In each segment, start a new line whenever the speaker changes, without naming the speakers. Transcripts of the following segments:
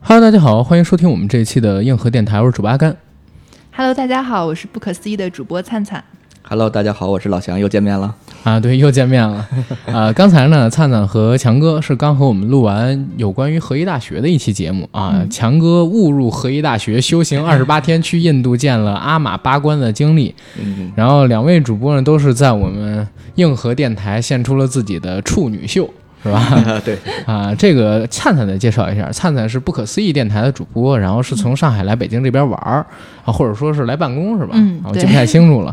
Hello，大家好，欢迎收听我们这一期的硬核电台，我是主播阿甘。
Hello，大家好，我是不可思议的主播灿灿。
Hello，大家好，我是老翔，又见面了。
啊，对，又见面了。啊，刚才呢，灿灿和强哥是刚和我们录完有关于合一大学的一期节目啊。强哥误入合一大学修行二十八天，去印度见了阿玛巴关的经历。
嗯，
然后两位主播呢，都是在我们硬核电台献出了自己的处女秀，是吧？
对，
啊，这个灿灿得介绍一下，灿灿是不可思议电台的主播，然后是从上海来北京这边玩儿啊，或者说是来办公是吧？
嗯
啊我
对嗯
记不太清楚 了。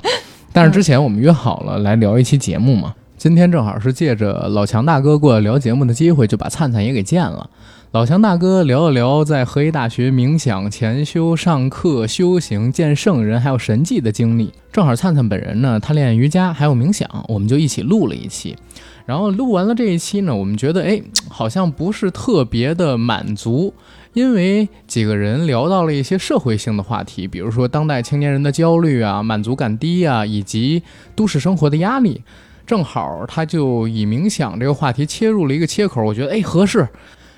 但是之前我们约好了来聊一期节目嘛，今天正好是借着老强大哥过来聊节目的机会，就把灿灿也给见了。老强大哥聊了聊在合一大学冥想、潜修、上课、修行、见圣人还有神迹的经历。正好灿灿本人呢，他练瑜伽还有冥想，我们就一起录了一期。然后录完了这一期呢，我们觉得哎，好像不是特别的满足，因为几个人聊到了一些社会性的话题，比如说当代青年人的焦虑啊、满足感低啊，以及都市生活的压力。正好他就以冥想这个话题切入了一个切口，我觉得哎合适。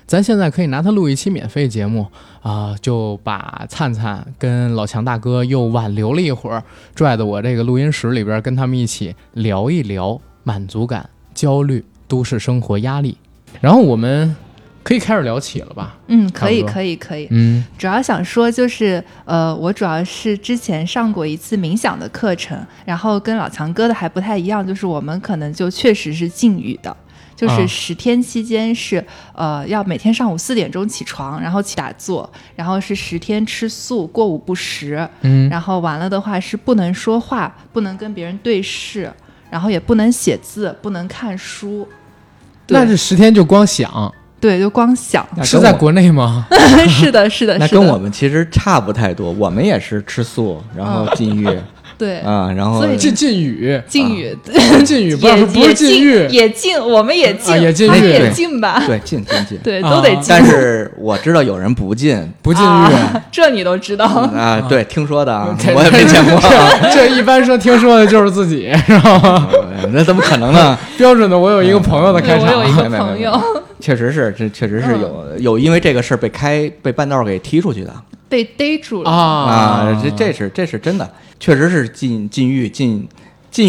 咱现在可以拿它录一期免费节目啊、就把灿灿跟老强大哥又挽留了一会儿，拽到我这个录音室里边，跟他们一起聊一聊满足感、焦虑、都市生活压力。然后我们可以开始聊起了吧？
嗯，可以，
差不多
可以，可以。
嗯，
主要想说就是，呃，我主要是之前上过一次冥想的课程，然后跟老强哥的还不太一样，就是我们可能就确实是禁语的。就
啊
是十天期间是，呃，要每天上午四点钟起床，然后起打坐，然后是十天吃素，过午不食，
嗯
然后完了的话是不能说话，不能跟别人对视，然后也不能写字，不能看书。对
那这十天就光想，
对，就光 想。
那
是
跟
在
我
国内 吗？
是的，是的，
那
呃是
跟
的
我们其实差不太多，我们也是吃素，然后禁欲
对
啊，然后
所以
这禁语，
禁语，
禁语 啊不是
也
不是
也
禁欲，
也禁，我们也禁，
啊也禁
他
欲
也禁吧，
对禁禁禁，
对，
啊
都得禁。
但是我知道有人不禁
不禁欲。
啊， 这你都知
嗯
道。
啊，对，听说的啊，
这
我也没见 过，
这 这一般说听说的就是自 己，是吧？
嗯那怎么可能呢？
标准的，我有一个朋友的
对
开
我
场，
有一个
没
朋
没没
友
确实是，这确实是有有因为这个事儿被开被半道儿给踢出去的
被逮住了，
啊
啊，这这是这是真的，确实是禁禁欲禁禁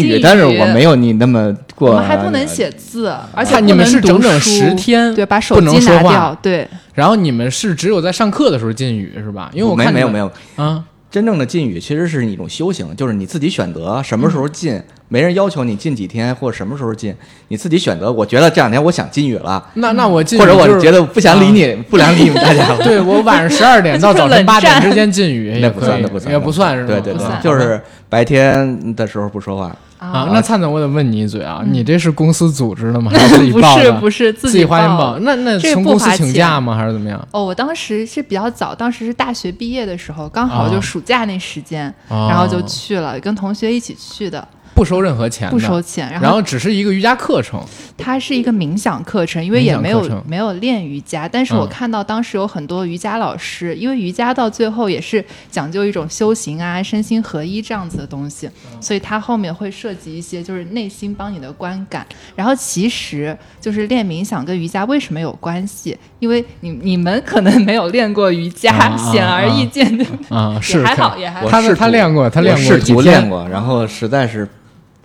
禁
欲
欲，
但是我没有你那么过，
我们还不能写字，而且
看你们
不能
是整
读
整
书
10天
对，把手
不能
机
说
拿
话
掉，对，
然后你们是只有在上课的时候禁语是吧？因为我
没
看
没有没
有
有，
啊，
真正的禁语其实是一种修行，就是你自己选择什么时候禁，没人要求你禁几天或者什么时候禁，你自己选择。我觉得这两天我想禁语了，
那那我禁语
或者
就
我
是啊
觉得不想理你，不想理你们大家了。
对我晚上十二点到 早晨八点之间禁语，
那不算，那
不
不算，
也
那不
算是吗？
对对
不
对
算，
就是白天的时候不说话，
啊。那灿灿，我得问你一嘴啊，你这是公司组织 的吗？还 是自己
嗯不
报
是
的？
不是自
己花
花
钱报，那那
这
从
不
公司
花
请
钱
假吗？还是怎么样？
哦，我当时是比较早，当时是大学毕业的时候，刚好
哦
就暑假那时间，
哦
然后就去了，跟同学一起去的，
不收任何钱的，
不收钱。
然后只是一个瑜伽课程，
它是一个冥想课程，因为
冥
也
想
没
课程
有没有练瑜伽，但是
嗯
我看到当时有很多瑜伽老师，因为瑜伽到最后也是讲究一种修行啊、身心合一这样子的东西，
嗯
所以它后面会涉及一些就是内心帮你的观感。然后其实就是练冥想跟瑜伽为什么有关系？因为你你们可能没有练过瑜伽，
啊啊
显 而易见，对不对？
啊，是
也还
可
好，也还好
我。
他
试图
他练过，他练过
我试
几
图
天
练过，然后实在是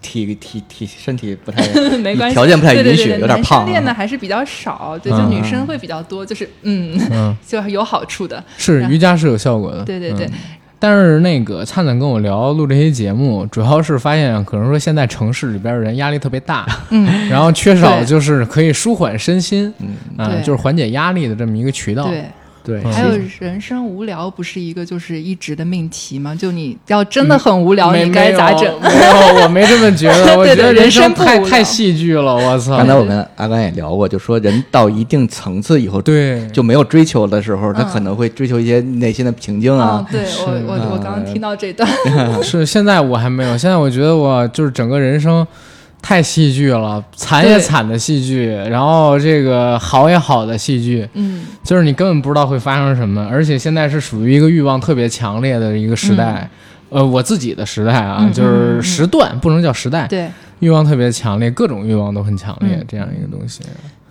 体体体身体 不太
没关系，
条件不太
对对
允
对
许，
对
有点
男
胖
生练的还是比较少，对，就
啊嗯
女生会比较多，就是嗯，
嗯
就是有好处的。
是
然后
瑜伽是有效果的，
对对对
嗯。但是那个灿灿跟我聊录这些节目，主要是发现可能说现在城市里边人压力特别大，
嗯，
然后缺少
对
就是可以舒缓身心，
嗯，
啊、
对
就是缓解压力的这么一个渠道。
对，
对
嗯
还有人生无聊不是一个就是一直的命题吗？就你要真的很无聊，
没
你该咋整？
没有？没有，我没这么觉 得，我觉
对对
得
人
生
生不
太
无聊
太戏剧了，我操！
刚才我跟阿甘也聊过，就说人到一定层次以后，
对，
就没有追求的时候，他
嗯
可能会追求一些内心的平静啊
嗯，。对我我我刚刚听到这段，
是现在我还没有，现在我觉得我就是整个人生太戏剧了，惨也
对
惨的戏剧，然后这个好也好的戏剧，
嗯，
就是你根本不知道会发生什么，而且现在是属于一个欲望特别强烈的一个时代。呃，我自己的时代啊，
嗯
就是时段，不能叫时代，
对
欲望特别强烈，各种欲望都很强烈，
嗯
这样一个东西。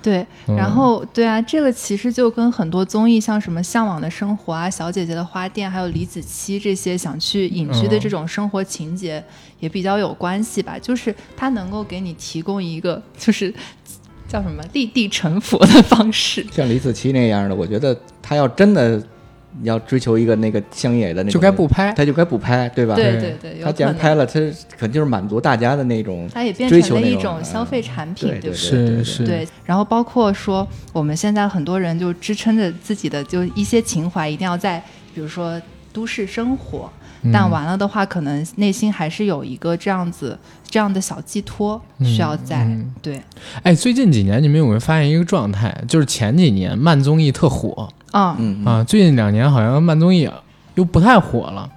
对，
嗯
然后对啊，这个其实就跟很多综艺，像什么《向往的生活》啊、《小姐姐的花店》，还有李子柒这些想去隐居的这种生活情节，也比较有关系吧。就是它能够给你提供一个， 就是叫什么立地成佛的方式。
像李子柒那样的，我觉得他要真的要追求一个那个乡野的那种，
就该不，拍。
他就该不拍，对吧？
对
对
对对，有
他既然
可能
拍了，他肯定就是满足大家的那种
它也变
追
成
求
了
那
一
种
种消费产品，
对
不对？
对
是
对
是
对，然后包括说，我们现在很多人就支撑着自己的就一些情怀，一定要在比如说都市生活，
嗯
但完了的话，可能内心还是有一个这样子这样的小寄托
嗯
需要在。对，
哎，最近几年你们有没有发现一个状态？就是前几年慢综艺特火
嗯，
嗯
啊，最近两年好像慢综艺又不太火 了。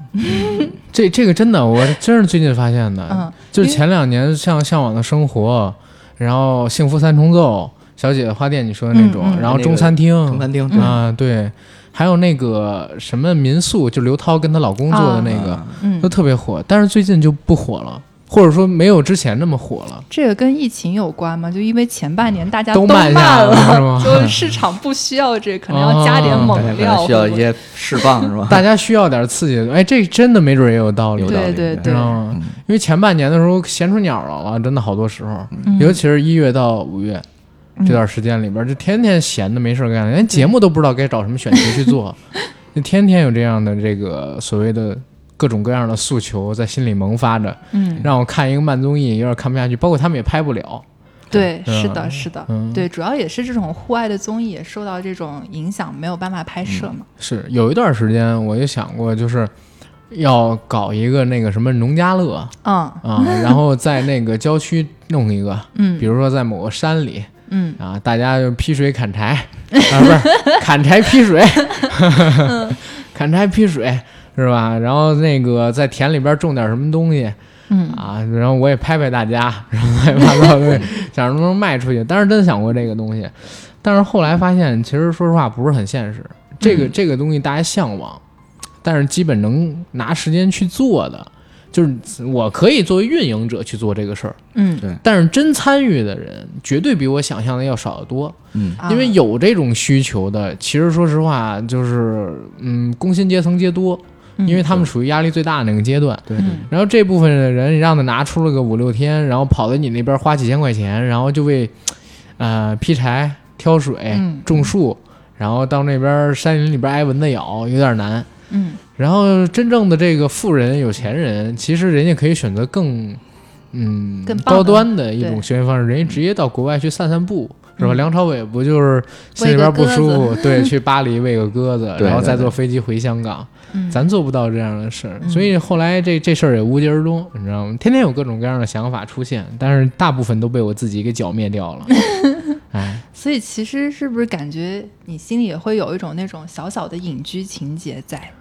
这这个真的，我真是最近发现的。
嗯
就是
因为
前两年像《向往的生活》，然后《幸福三重奏》，小姐姐花店你说的那种，
嗯嗯
然后
那
中
个
餐厅，
中餐厅
啊，对，还有那个什么民宿，就刘涛跟她老公做的
啊
那个，
啊
嗯
都特别火，但是最近就不火了，或者说没有之前那么火了，
这个跟疫情有关吗？就因为前半年大家
都慢
慢
下来了是
了，
吗
就市场不需要这，可能要加点
哦
猛
大家可
料，
能需要
会
一
不会
些释放，是 吧？
大家需要点刺激。哎，这真的没准也有道理
有，道
对
理
对
对
知
对，
道吗
嗯？
因为前半年的时候闲出鸟来了，真的好多时候，
嗯
尤其是一月到五月。
嗯
这段时间里边，就天天闲的没事儿干，连节目都不知道该找什么选题去做，就天天有这样的这个所谓的各种各样的诉求在心里萌发着，
嗯，
让我看一个慢综艺有点看不下去，包括他们也拍不了，
对，
对
是
吧
的，是的，
嗯
对，主要也是这种户外的综艺也受到这种影响，没有办法拍摄
嗯
嘛。
是有一段时间我就想过，就是要搞一个那个什么农家乐
嗯
啊，然后在那个郊区弄一个，比
嗯
如说在某个山里
嗯，
啊，大家就劈水砍柴，啊不是 砍柴劈水，
嗯
砍柴劈水是吧？然后那个在田里边种点什么东西，
嗯
啊，然后我也拍拍大家， 然后乱七八糟的东西，想能不能卖出去。当时真想过这个东西，但是后来发现，其实说实话不是很现实。这
嗯
个、这个东西大家向往，但是基本能拿时间去做的，就是我可以作为运营者去做这个事儿，
嗯
但是真参与的人绝对比我想象的要少得多。
嗯，
啊
因为有这种需求的，其实说实话，就是嗯，工薪阶层皆多，
嗯
因为他们属于压力最大的那个阶段。
对
嗯
然后这部分的人，你让他拿出了个五六天，然后跑到你那边花几千块钱，然后就为，呃，劈柴、挑水、
嗯
种树，然后到那边山林里边挨蚊子咬，有点难。
嗯
然后真正的这个富人、有钱人，其实人家可以选择更，嗯，
更棒的
高端的一种
对
休闲方式，人家直接到国外去散散步。是吧？
嗯
梁朝伟不就是心里边不舒
喂
服，对，去巴黎喂个鸽子，
对
然后
对
再
对
坐飞机回香港。
嗯，
咱做不到这样的事儿，
嗯
所以后来这这事儿也无疾而终，你知道吗？天天有各种各样的想法出现，但是大部分都被我自己给剿灭掉 了。哎，
所以其实是不是感觉你心里也会有一种那种小小的隐居情节在？嗯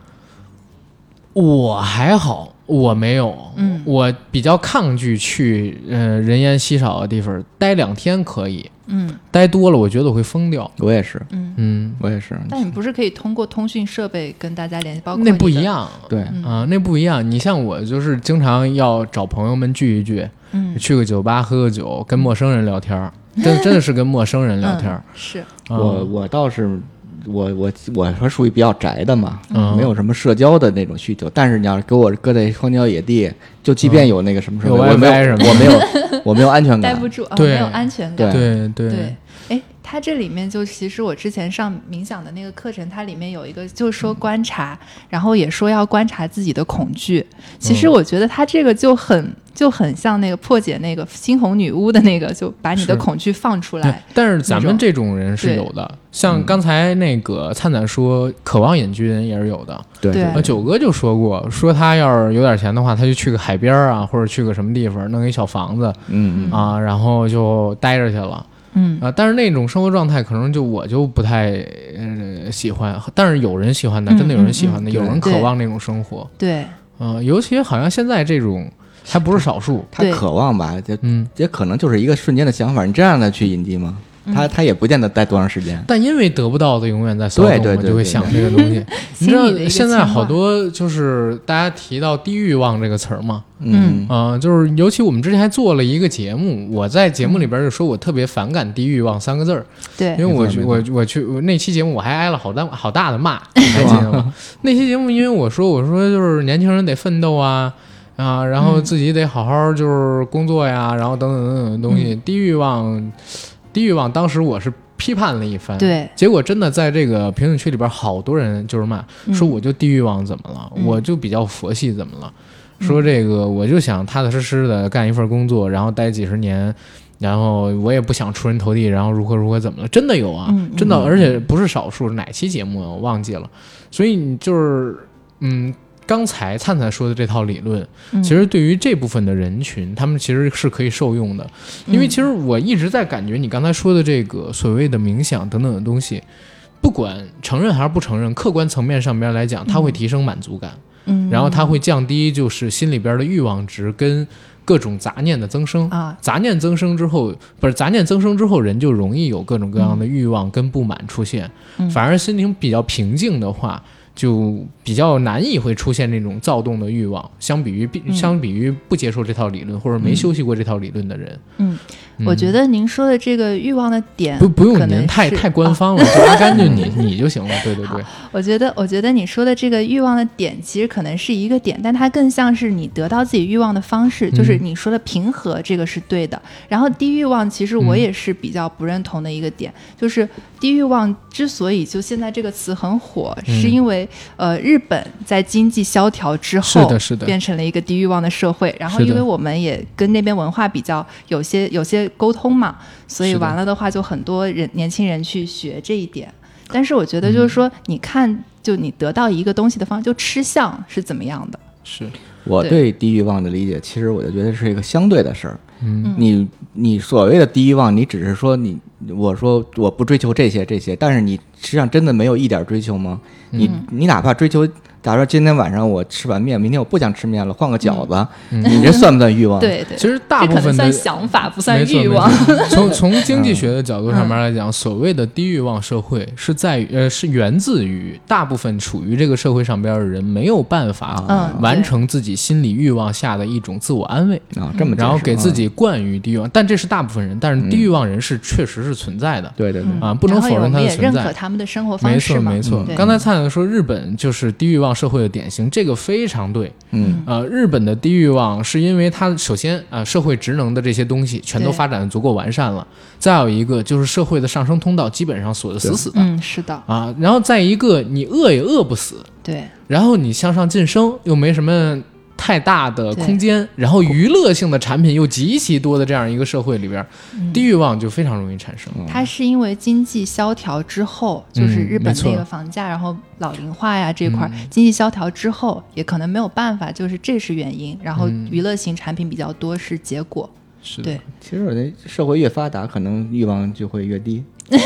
我还好，我没有，
嗯
我比较抗拒去呃人烟稀少的地方待两天可以，
嗯
待多了我觉得我会疯掉。
我也是，
嗯，
嗯，
我也是，
但你不是可以通过通讯设备跟大家联系，包括
那
你
不一
的，
样。
对，
嗯
啊、那不一样。你像我，就是经常要找朋友们聚一聚，
嗯
去个酒吧喝个酒，跟陌生人聊天 儿，真真的是跟陌生人聊天儿。
嗯是
啊
我我倒是，我我我说属于比较宅的嘛，
嗯
没有什么社交的那种需求。但是你要是给我搁在荒郊野地，就即便有那个什么什
嗯
么，
有
我没
WiFi
有
什么的
我没有我没有安全
待
感
不。住啊，
对
没有安全感。
对对
对，哎，它这里面就其实我之前上冥想的那个课程，它里面有一个就
嗯
是说观察，然后也说要观察自己的恐惧。其
嗯
实我觉得它这个就很就很像那个破解那个猩红女巫的那个，就把你的
是
恐惧放出
对
来。
但是咱们这种人是有的，像刚才那个灿灿说，渴望隐居人也是有的。
对嗯
对
呃，九哥就说过，说他要是有点钱的话，他就去个海边儿啊，或者去个什么地方，弄一小房子
嗯嗯，
啊，然后就待着去了
嗯
啊。但是那种生活状态，可能就我就不太呃喜欢。但是有人喜欢的，
嗯
真的有人喜欢的，
嗯嗯
有人
对
渴望那种生活。
对，
嗯、尤其好像现在这种还不是少数。
他
对
渴望吧，就
嗯，
也可能就是一个瞬间的想法。你这样的去隐居吗？
嗯
他他也不见得待多长时间。
但因为得不到的永远在骚动，
对对对
我就会
对
想这个东 西。你
心
知
里
道
的一个
现在
牵
好
挂
多就是大家提到“低欲望”这个词儿嘛，
嗯
啊、就是尤其我们之前还做了一个节目，我在节目里边就说我特别反感“低欲望”三个字儿，因为
嗯对，
我
没错
去
没错
我我去我那期节目我还挨了好大好大的骂， 你还记得吗？那期节目因为我说我说就是年轻人得奋斗啊。啊，然后自己得好好就是工作呀，然后等等等等的东西。
嗯
低欲望，低欲望，当时我是批判了一番，
对
结果真的在这个评论区里边，好多人就是骂，说我就地狱王怎么了，
嗯
我就比较佛系怎么了，说这个我就想踏踏实实的干一份工作，然后待几十年。然后我也不想出人头地，然后如何如何怎么了？真的有啊，
嗯嗯
真的，而且不是少数，哪期节目我忘记了。所以你就是，嗯，刚才灿灿说的这套理论，
嗯
其实对于这部分的人群，他们其实是可以受用的。
嗯
因为其实我一直在感觉你刚才说的这个所谓的冥想等等的东西，不管承认还是不承认，客观层面上边来讲，它会提升满足感，
嗯，
然后它会降低就是心里边的欲望值跟各种杂念的增生。
啊，
杂念增生之后，不是杂念增生之后，人就容易有各种各样的欲望跟不满出现。
嗯
反而心情比较平静的话，就比较难以会出现那种躁动的欲望。相比于比、
嗯
相比于不接受这套理论或者没
嗯
修习过这套理论的人，
嗯，
嗯
我觉得您说的这个欲望的点
不不用
可能
您太
是啊
太官方了，就阿甘就你你就行了，对对 对，
我觉得，我觉得你说的这个欲望的点，其实可能是一个点，但它更像是你得到自己欲望的方式，
嗯
就是你说的平和，这个是对的。然后低欲望，其实
嗯
我也是比较不认同的一个点，就是低欲望之所以就现在这个词很火，
嗯
是因为呃，日本在经济萧条之后，
是的是的
变成了一个低欲望的社会。然后
是的
因为我们也跟那边文化比较有些有些沟通嘛，所以
是的
完了的话，就很多人年轻人去学这一点。
嗯
但是我觉得就是说，你看，就你得到一个东西的方，就吃相是怎么样的？
是，
我
对
对低欲望的理解，其实我就觉得是一个相对的事儿。
嗯，
你你所谓的低欲望，你只是说你我说我不追求这些这些，但是你实际上真的没有一点追求吗？
嗯
你你哪怕追求，假如说今天晚上我吃碗面，明天我不想吃面了，换个饺子，
嗯
你这算不算欲望？，
对对，
其实大部
这可
分
能
的
算想法，不算
没错
欲
没
望。
错。从从经济学的角度上面来讲，
嗯
所谓的低欲望社会是在于呃是源自于大部分处于这个社会上边的人没有办法
嗯，
完
对。
成自己心理欲望下的一种自我安慰。
啊，这么
然后
解释嗯
给自
啊，
己惯于低欲望，但这是大部分人，但是低欲望人是确实是存在的，
对对对，
嗯
啊不能
然后
否认它的
我们也
存
认
在
可他们的生活
没
方式
错
嘛。嗯
没错。
对
刚才灿灿说日本就是低欲望社会的典型，这个非常对。
嗯
呃，日本的低欲望是因为它首先啊、社会职能的这些东西全都
对
发展的足够完善了，再有一个就是社会的上升通道基本上锁得死死的
嗯，是的，
啊，然后再一个你饿也饿不死，
对
然后你向上晋升又没什么太大的空间，然后娱乐性的产品又极其多的这样一个社会里边儿，
嗯
低欲望就非常容易产生。
它是因为经济萧条之后，就是
嗯
日
没
本
错嗯
那个房价，然后老龄化呀这块儿，经济萧条之后也可能没有办法，就是这是原因。然后
嗯
娱乐型产品比较多是结果，
是
对，
其实我觉得社会越发达，可能欲望就会越低，
有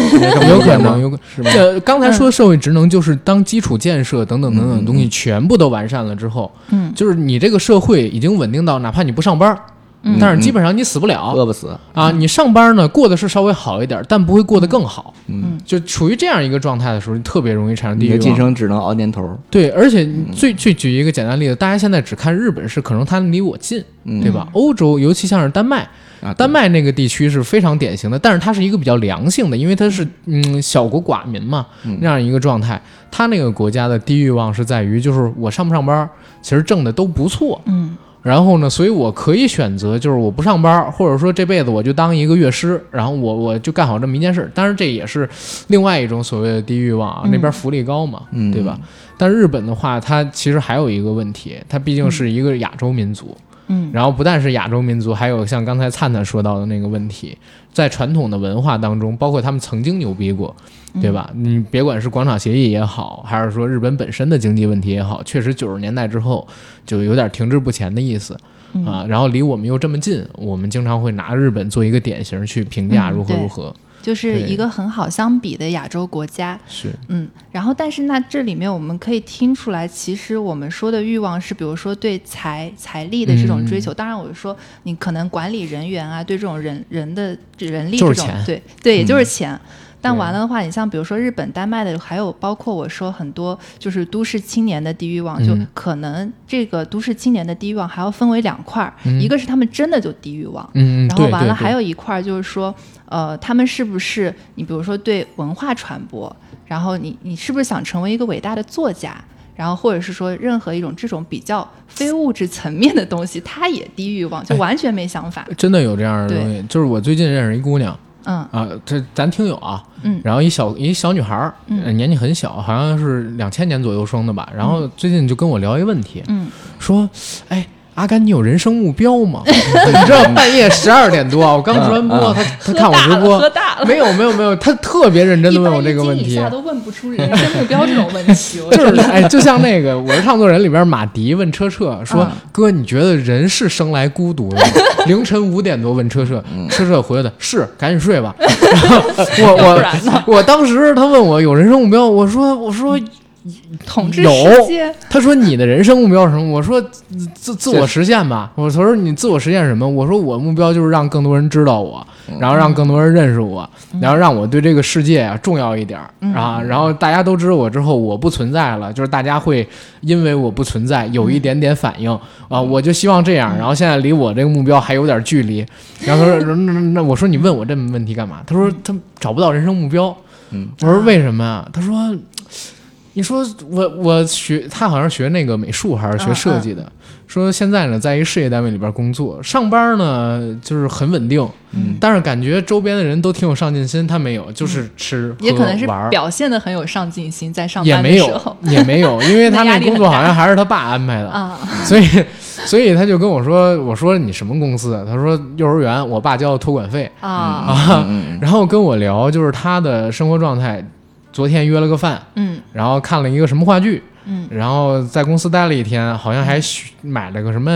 有
可能，有可
是
能。
吗
这刚
嗯
才说社会职能，就是当基础建设等等等等的东西全部都完善了之后，
嗯
就是你这个社会已经稳定到，哪怕你不上班儿，
嗯
但是基本上你死不了
饿不死，
啊。你上班呢，过得是稍微好一点，但不会过得更好。
嗯，
就处于这样一个状态的时候，特别容易产生低
你
嗯欲
的
望。
晋升只能熬年头，
对，而且
嗯
你最最举一个简单例子，大家现在只看日本是可能它离我近，
嗯
对吧？欧洲尤其像是丹麦，
啊，
丹麦那个地区是非常典型的，但是它是一个比较良性的，因为它是嗯小国寡民嘛
嗯
那样一个状态。它那个国家的低欲望是在于，就是我上不上班，其实挣的都不错，
嗯
然后呢，所以我可以选择，就是我不上班，或者说这辈子我就当一个乐师，然后我我就干好这么一件事儿。当然，这也是另外一种所谓的低欲望啊，
嗯
那边福利高嘛，
嗯
对吧？但日本的话，它其实还有一个问题，它毕竟是一个亚洲民族，
嗯
然后不但是亚洲民族，还有像刚才灿灿说到的那个问题，在传统的文化当中，包括他们曾经牛逼过，
嗯
对吧？你别管是广场协议也好，还是说日本本身的经济问题也好，确实九十年代之后就有点停滞不前的意思
嗯
啊。然后离我们又这么近，我们经常会拿日本做一个典型去评价
嗯
如何
对
如何。
就是
对
一个很好相比的亚洲国家。
是
嗯，然后但是那这里面我们可以听出来，其实我们说的欲望是，比如说对财财力的这种追求。当然，我说你可能管理人员啊，对这种人人的人力
就
这
是
种
钱，嗯
对对，也就是钱。但
对
完了的话，你像比如说日本、丹麦的，还有包括我说很多就是都市青年的低欲望，就
嗯
可能这个都市青年的低欲望还要分为两块儿，一个是他们真的就低欲望，
嗯，
然后
对
完
对
了，
对
还有一块儿就是说，呃，他们是不是你比如说对文化传播，然后你你是不是想成为一个伟大的作家，然后或者是说任何一种这种比较非物质层面的东西，他也低欲
哎
望，就完全没想法。
真的有这样的东西，就是我最近认识一姑娘
嗯
啊，这咱听友啊，
嗯
然后一小一小女孩儿，呃年纪很小，好像是两千年左右生的吧，然后最近就跟我聊一问题，
嗯，
说，哎。阿甘，你有人生目标吗？ 你知道半夜十二点多啊，我刚直完播，他他看我直播
嗯喝，大了，
没有没有没有，他特别认真的问我这个问
一般一斤以
题啊
下，都问不出人生目标这种问题，我
就是哎，就像那个《我是唱作人》里边马迪问车澈
嗯
说：“哥，你觉得人是生来孤独 的吗？”凌晨五点多问车澈，车澈回答：“是，赶紧 睡吧。”然后
嗯要不然
我我我当时他问我有人生目标，我说我说
统治
有
世界，
他说你的人生目标是什么？我说自自自我实现吧。我说你自我实现什么？我说我目标就是让更多人知道我，然后让更多人认识我，然后让我对这个世界啊重要一点儿啊。然后大家都知道我之后，我不存在了，就是大家会因为我不存在有一点点反应啊。我就希望这样。然后现在离我这个目标还有点距离。然后他说那那那我说你问我这问题干嘛？他说他找不到人生目标。
嗯，
我说为什么呀？他说你说我我学他好像是学那个美术还是
嗯
学设计的，说现在呢在一事业单位里边工作，上班呢就是很稳定，
嗯
但是感觉周边的人都挺有上进心，他没有，就是吃、
也
喝
可能是
玩儿
表现的很有上进心，在上
也
班
没
的时候
有，也没有，因为他
那
那
压力
工
很
作好
大
像还是他爸安排的，
啊，
所以，所以他就跟我说：“我说你什么公司？”啊他说：“幼儿园，我爸交托管费。”
啊，
啊，
嗯
然后跟我聊就是他的生活状态。昨天约了个饭，
嗯
然后看了一个什么话剧，
嗯，
然后在公司待了一天，好像还学买了个什么，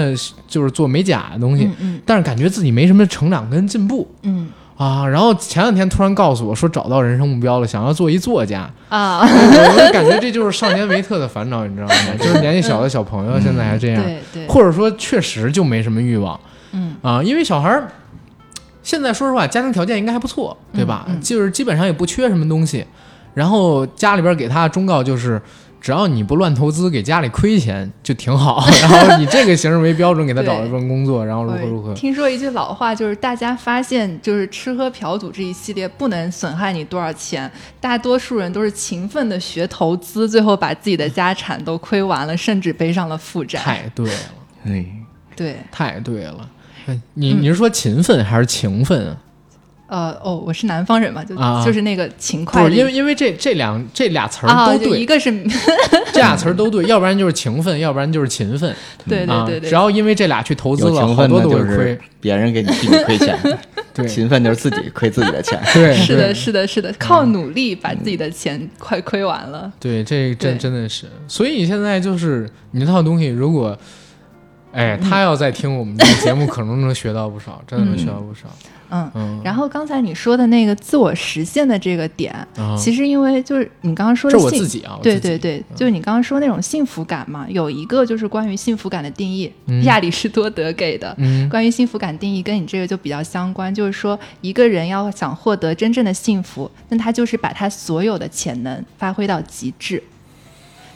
就是做美甲的东西，
嗯嗯
但是感觉自己没什么成长跟进步
嗯
啊。然后前两天突然告诉我说找到人生目标了，想要做一作 家，
啊，
我就感觉这就是少年维特的烦恼，你知道吗？就是年纪小的小朋友现在还这样，
对对，
或者说确实就没什么欲望
嗯
啊，因为小孩儿。现在说实话，家庭条件应该还不错，对吧？
嗯嗯
就是基本上也不缺什么东西，然后家里边给他的忠告就是，只要你不乱投资，给家里亏钱就挺好。 然后以这个形式为标准，给他找
对
一份工作，然后如
我
何如何。
听说一句老话，就是大家发现，就是吃喝嫖赌这一系列不能损害你多少钱，大多数人都是勤奋的学投资，最后把自己的家产都亏完了，甚至背上了负债。
太对了，
哎，
对，
太对了。哎
嗯
你你是说勤奋还是情分啊？
呃，哦，我是南方人嘛，就、
啊
就是那个勤
不
快
是，因为
的。
因为这这两这俩词儿
啊，
都
就
对，
一个是，
这俩词儿都对，要不然就是情分，要不然就是勤奋。
对对
啊
对，对
只，要因为这俩去投资
哎有
了，
情
好
分
多
的
都会
就
亏
是。别人给你替你亏钱，
对
勤奋就是自己亏自己的钱。
对，
是
对
的，是的，
嗯
是的，靠努力把自己的钱快亏完了。
对，这真
对
真的是，所以现在就是你那套东西，如果，哎，
嗯
他要再听我们这个节目，可能能学到不少，真的能学到不少。
嗯，
嗯，
然后刚才你说的那个自我实现的这个点，
啊
其实因为就是你刚刚说
这
的
是我
幸
自己啊，我
对
自己
对，对，就是你刚刚说那种幸福感嘛，有一个就是关于幸福感的定义，
嗯
亚里士多德给的。
嗯
关于幸福感定义跟你这个就比较相关，就是说一个人要想获得真正的幸福，那他就是把他所有的潜能发挥到极致，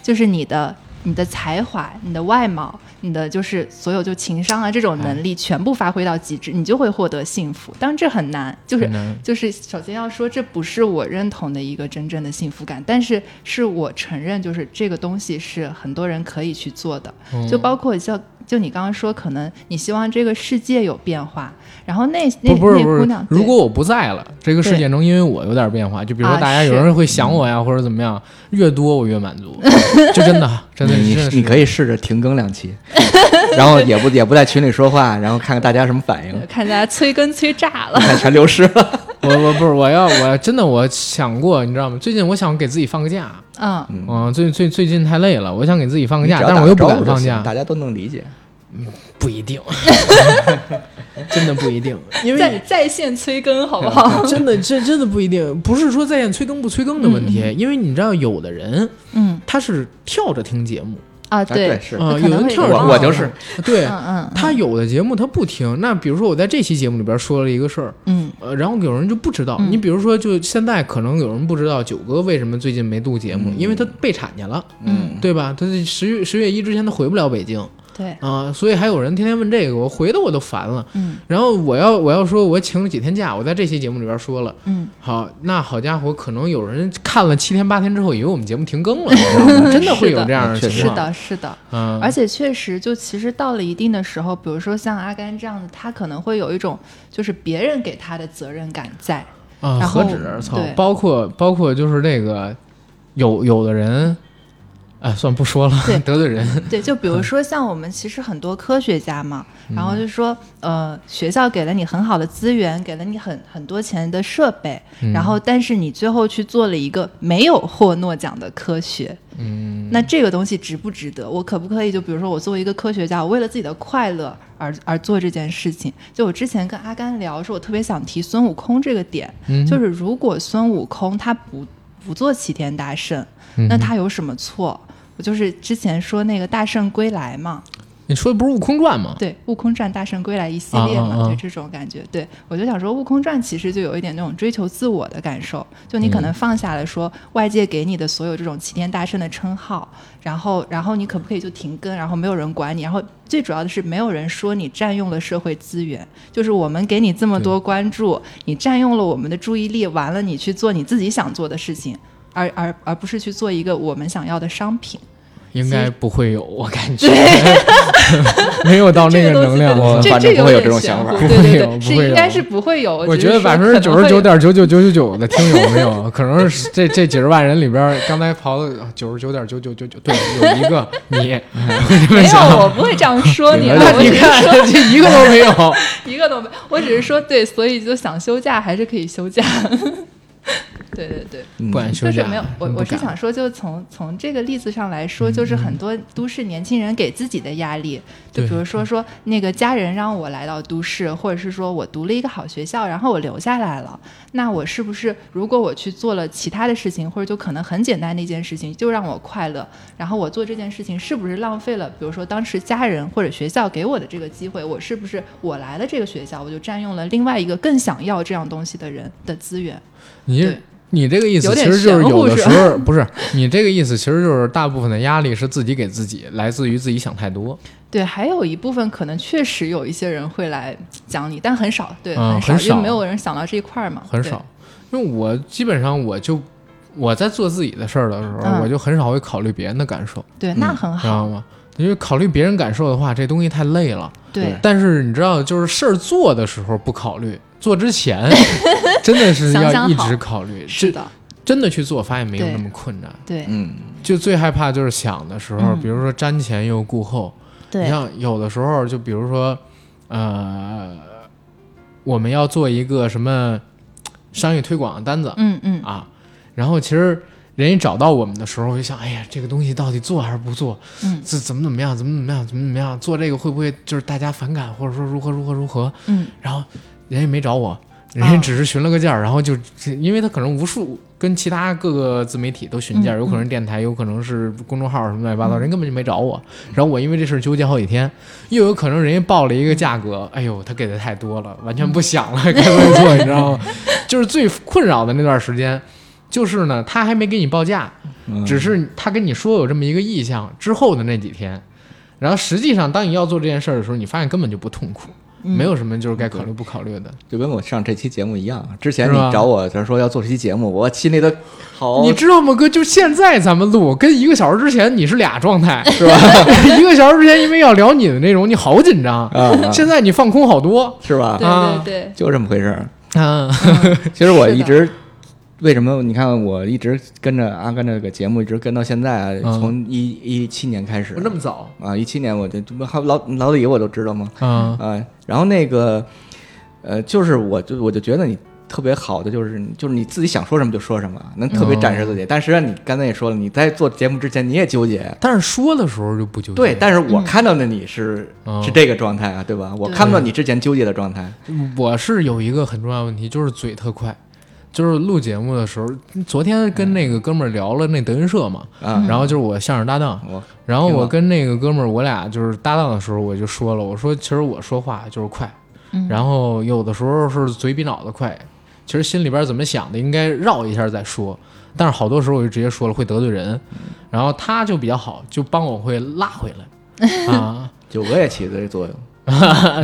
就是你的你的才华、你的外貌、你的就是所有就情商啊这种
哎
能力全部发挥到极致，你就会获得幸福。当然这很难，就是
很难
就是首先要说，这不是我认同的一个真正的幸福感，但是是我承认，就是这个东西是很多人可以去做的，
嗯
就包括像就你刚刚说，可能你希望这个世界有变化，然后那那
不不是
那
不
姑
是
娘，，
如
对
果我不在了，这个世界能因为我有点变化，就比如说
啊
大家有
是
人会想我呀，或者怎么样，越多我越满 足，就真的 真的
你
真的是
你可以试着停更两 期，然后也不也不在群里说话，然后看看大家什么反应，
看大家催更催炸了，
看全流失了。
我我不是我要我真的我想过，你知道吗？最近我想给自己放个假，
嗯，
嗯，最最最近太累了，我想给 自己放个
你只
假，
要
但是
打
我又不
招
敢
呼就
放
行
假，
大家都能理解。
不一定。 真的不一定， 因
在
为
在线催更好不好？
真的这真的不一定，不是说在线催更不催更的问题，因为你知道有的人
嗯
他是跳着听节目
啊，
啊对是
啊、
可
有
能
人
会
跳着
有
听
我我
节目啊
就是
对。
嗯嗯
他有的节目他不听，那比如说我在这期节目里边说了一个事儿，
嗯
呃，然后有人就不知道。
嗯
你比如说，就现在可能有人不知道九哥为什么最近没录节目，
嗯
因为他备产去了，
嗯，
对吧？他这十月十月一之前他回不了北京啊、
嗯对
所以还有人天天问这个，我回的我都烦了。
嗯
然后我要我要说，我请了几天假，我在这期节目里边说了。
嗯
好，那好家伙，可能有人看了七天八天之后，以为我们节目停 更了，你知道吗真的会有这样的
是的
情
是
况。
的是的，
嗯，
而且确实，就其实到了一定的时候，比如说像阿甘这样的，他可能会有一种就是别人给他的责任感在。
啊，
然
何
后
止操
对！
包括包括就是这个，有有的人，哎，算不说了
对，
得罪人。
对，就比如说像我们其实很多科学家嘛，然后就说呃，学校给了你很好的资源，给了你很很多钱的设备，然后但是你最后去做了一个没有获诺奖的科学，嗯，那这个东西值不值得？我可不可以就比如说我作为一个科学家，我为了自己的快乐而而做这件事情？就我之前跟阿甘聊，说我特别想提孙悟空这个点，就是如果孙悟空他不不做齐天大圣，那他有什么错？我就是之前说那个《大圣归来》嘛，
你说的不是《悟空传》吗？
对，《悟空传》《大圣归来》一系列嘛，
啊啊啊
就这种感觉。对我就想说，《悟空传》其实就有一点那种追求自我的感受，就你可
嗯
能放下了说外界给你的所有这种齐天大圣的称号，然后然后你可不可以就停更，然后没有人管你，然后最主要的是没有人说你占用了社会资源，就是我们给你这么多关
嗯
注，你占用了我们的注意力，完了你去做你自己想做的事情。而而而不是去做一个我们想要的商品，
应该不会有，我感觉 没有到那
这
个
个东
能
西
量。啊我
这
反
这
正不会有
点
这种
玄
想法
乎
不
对
会
对
有
对，
不
是
会
应该
有
是不会有。
我
只
觉得
是说
百分之
可
九
能
十
会
九
有
点九九九九九的听友没有，可能是这这几十万人里边儿，刚才刨了九十九点九九九九，对，有一 个你，
没有，我不会这 样说你了。
那
我
你
只是
看 这一个都没有。
一个都没，我只是说对，所以就想休假还是可以休假。 对对对，
嗯
不敢休
就是
假，
没有我
真不
我是
敢嗯
想说，就从从这个例子上来说，就是很多都市年轻人给自己的压力，就
对
比如说说那个家人让我来到都市，或者是说我读了一个好学校，然后我留下来了，那我是不是如果我去做了其他的事情，或者就可能很简单的一件事情就让我快乐，然后我做这件事情是不是浪费了，比如说当时家人或者学校给我的这个机会，我是不是我来了这个学校，我就占用了另外一个更想要这样东西的人的资源？
你
对
你这个意思
有
其
点
实就是
玄
有
乎
的
是
时
吧
候不是你这个意思，其实就是大部分的压力是自己给自己，来自于自己想太多，
对，还有一部分可能确实有一些人会来讲你，但很少，对，
嗯
少，
很少
因为没有人想到这一块儿嘛，
很
对
少。。因为我基本上我就我在做自己的事儿的时候，
嗯啊
我就很少会考虑别人的感受，
对，那很
知
好，
道吗？因为考虑别人感受的话，这东西太累了。
对，
但是你知道，就是事儿做的时候不考虑，做之 前真的是
想
要
想
一
好
直考虑。
是
这
的，
真的去做，发现没有
对
那么困难。
对
嗯，
就最害怕就是想的时候，
嗯
比如说瞻前又顾后，你
对，
像有的时候，就比如说，呃，我们要做一个什么商业推广的单子、
嗯嗯，
啊，然后其实人一找到我们的时候，我就想，哎呀，这个东西到底做还是不做？
嗯
这怎么怎么样？怎么怎么样？怎么怎么样？做这个会不会就是大家反感，或者说如何如何如何？
嗯，啊
然后人也没找我，人家只是询了个价儿，然后就因为他可能无数跟其他各个自媒体都询价儿，
嗯
有可能是电台，有可能是公众号什么乱七八糟，人根本就没找我。然后我因为这事儿纠结好几天，又有可能人家报了一个价格，
嗯
哎呦，他给的太多了，完全不想 了，该不该做，你知道吗？就是最困扰的那段时间。就是呢，他还没给你报价，
嗯
只是他跟你说有这么一个意向之后的那几天，然后实际上当你要做这件事儿的时候，你发现根本就不痛苦，没有什么就是该考虑不考虑的。
就跟我上这期节目一样，之前你
是吧
找我，他说要做这期节目，我心里都好
你知道吗，哥？就现在咱们录，跟一个小时之前你是俩状态，是吧？ 一个小时之前因为要聊你的内容，你好紧张，
啊， 啊
现在你放空好多。
是吧？
啊
对对对，
就这么回事 儿。
嗯
其实我
是的
一直为什么你看我一直跟着阿甘这个节目一直跟到现在，
嗯
从一一七年开始
我，那么早，
啊，一七年我就这不还老老李我都知道吗？啊
嗯
啊，然后那个呃，就是我就我就觉得你特别好的就是就是你自己想说什么就说什么，能特
嗯
别展示自己。但实际上你刚才也说了，你在做节目之前你也纠结。
但是说的时候就不纠结。
对，但是我
嗯
看到的你是、
哦
是这个状态啊，对吧？我看不到你之前纠结的状态。啊
我是有一个很重要的问题，就是嘴特快。就是录节目的时候，昨天跟那个哥们儿聊了那德云社嘛，
嗯
然后就是我相声搭档，
我
然后
挺好
我跟那个哥们儿，我俩就是搭档的时候，我就说了，我说其实我说话就是快，然后有的时候是嘴比脑子快，其实心里边怎么想的应该绕一下再说，但是好多时候我就直接说了会得罪人，然后他就比较好，就帮我会拉回来啊，
九哥也起这作用。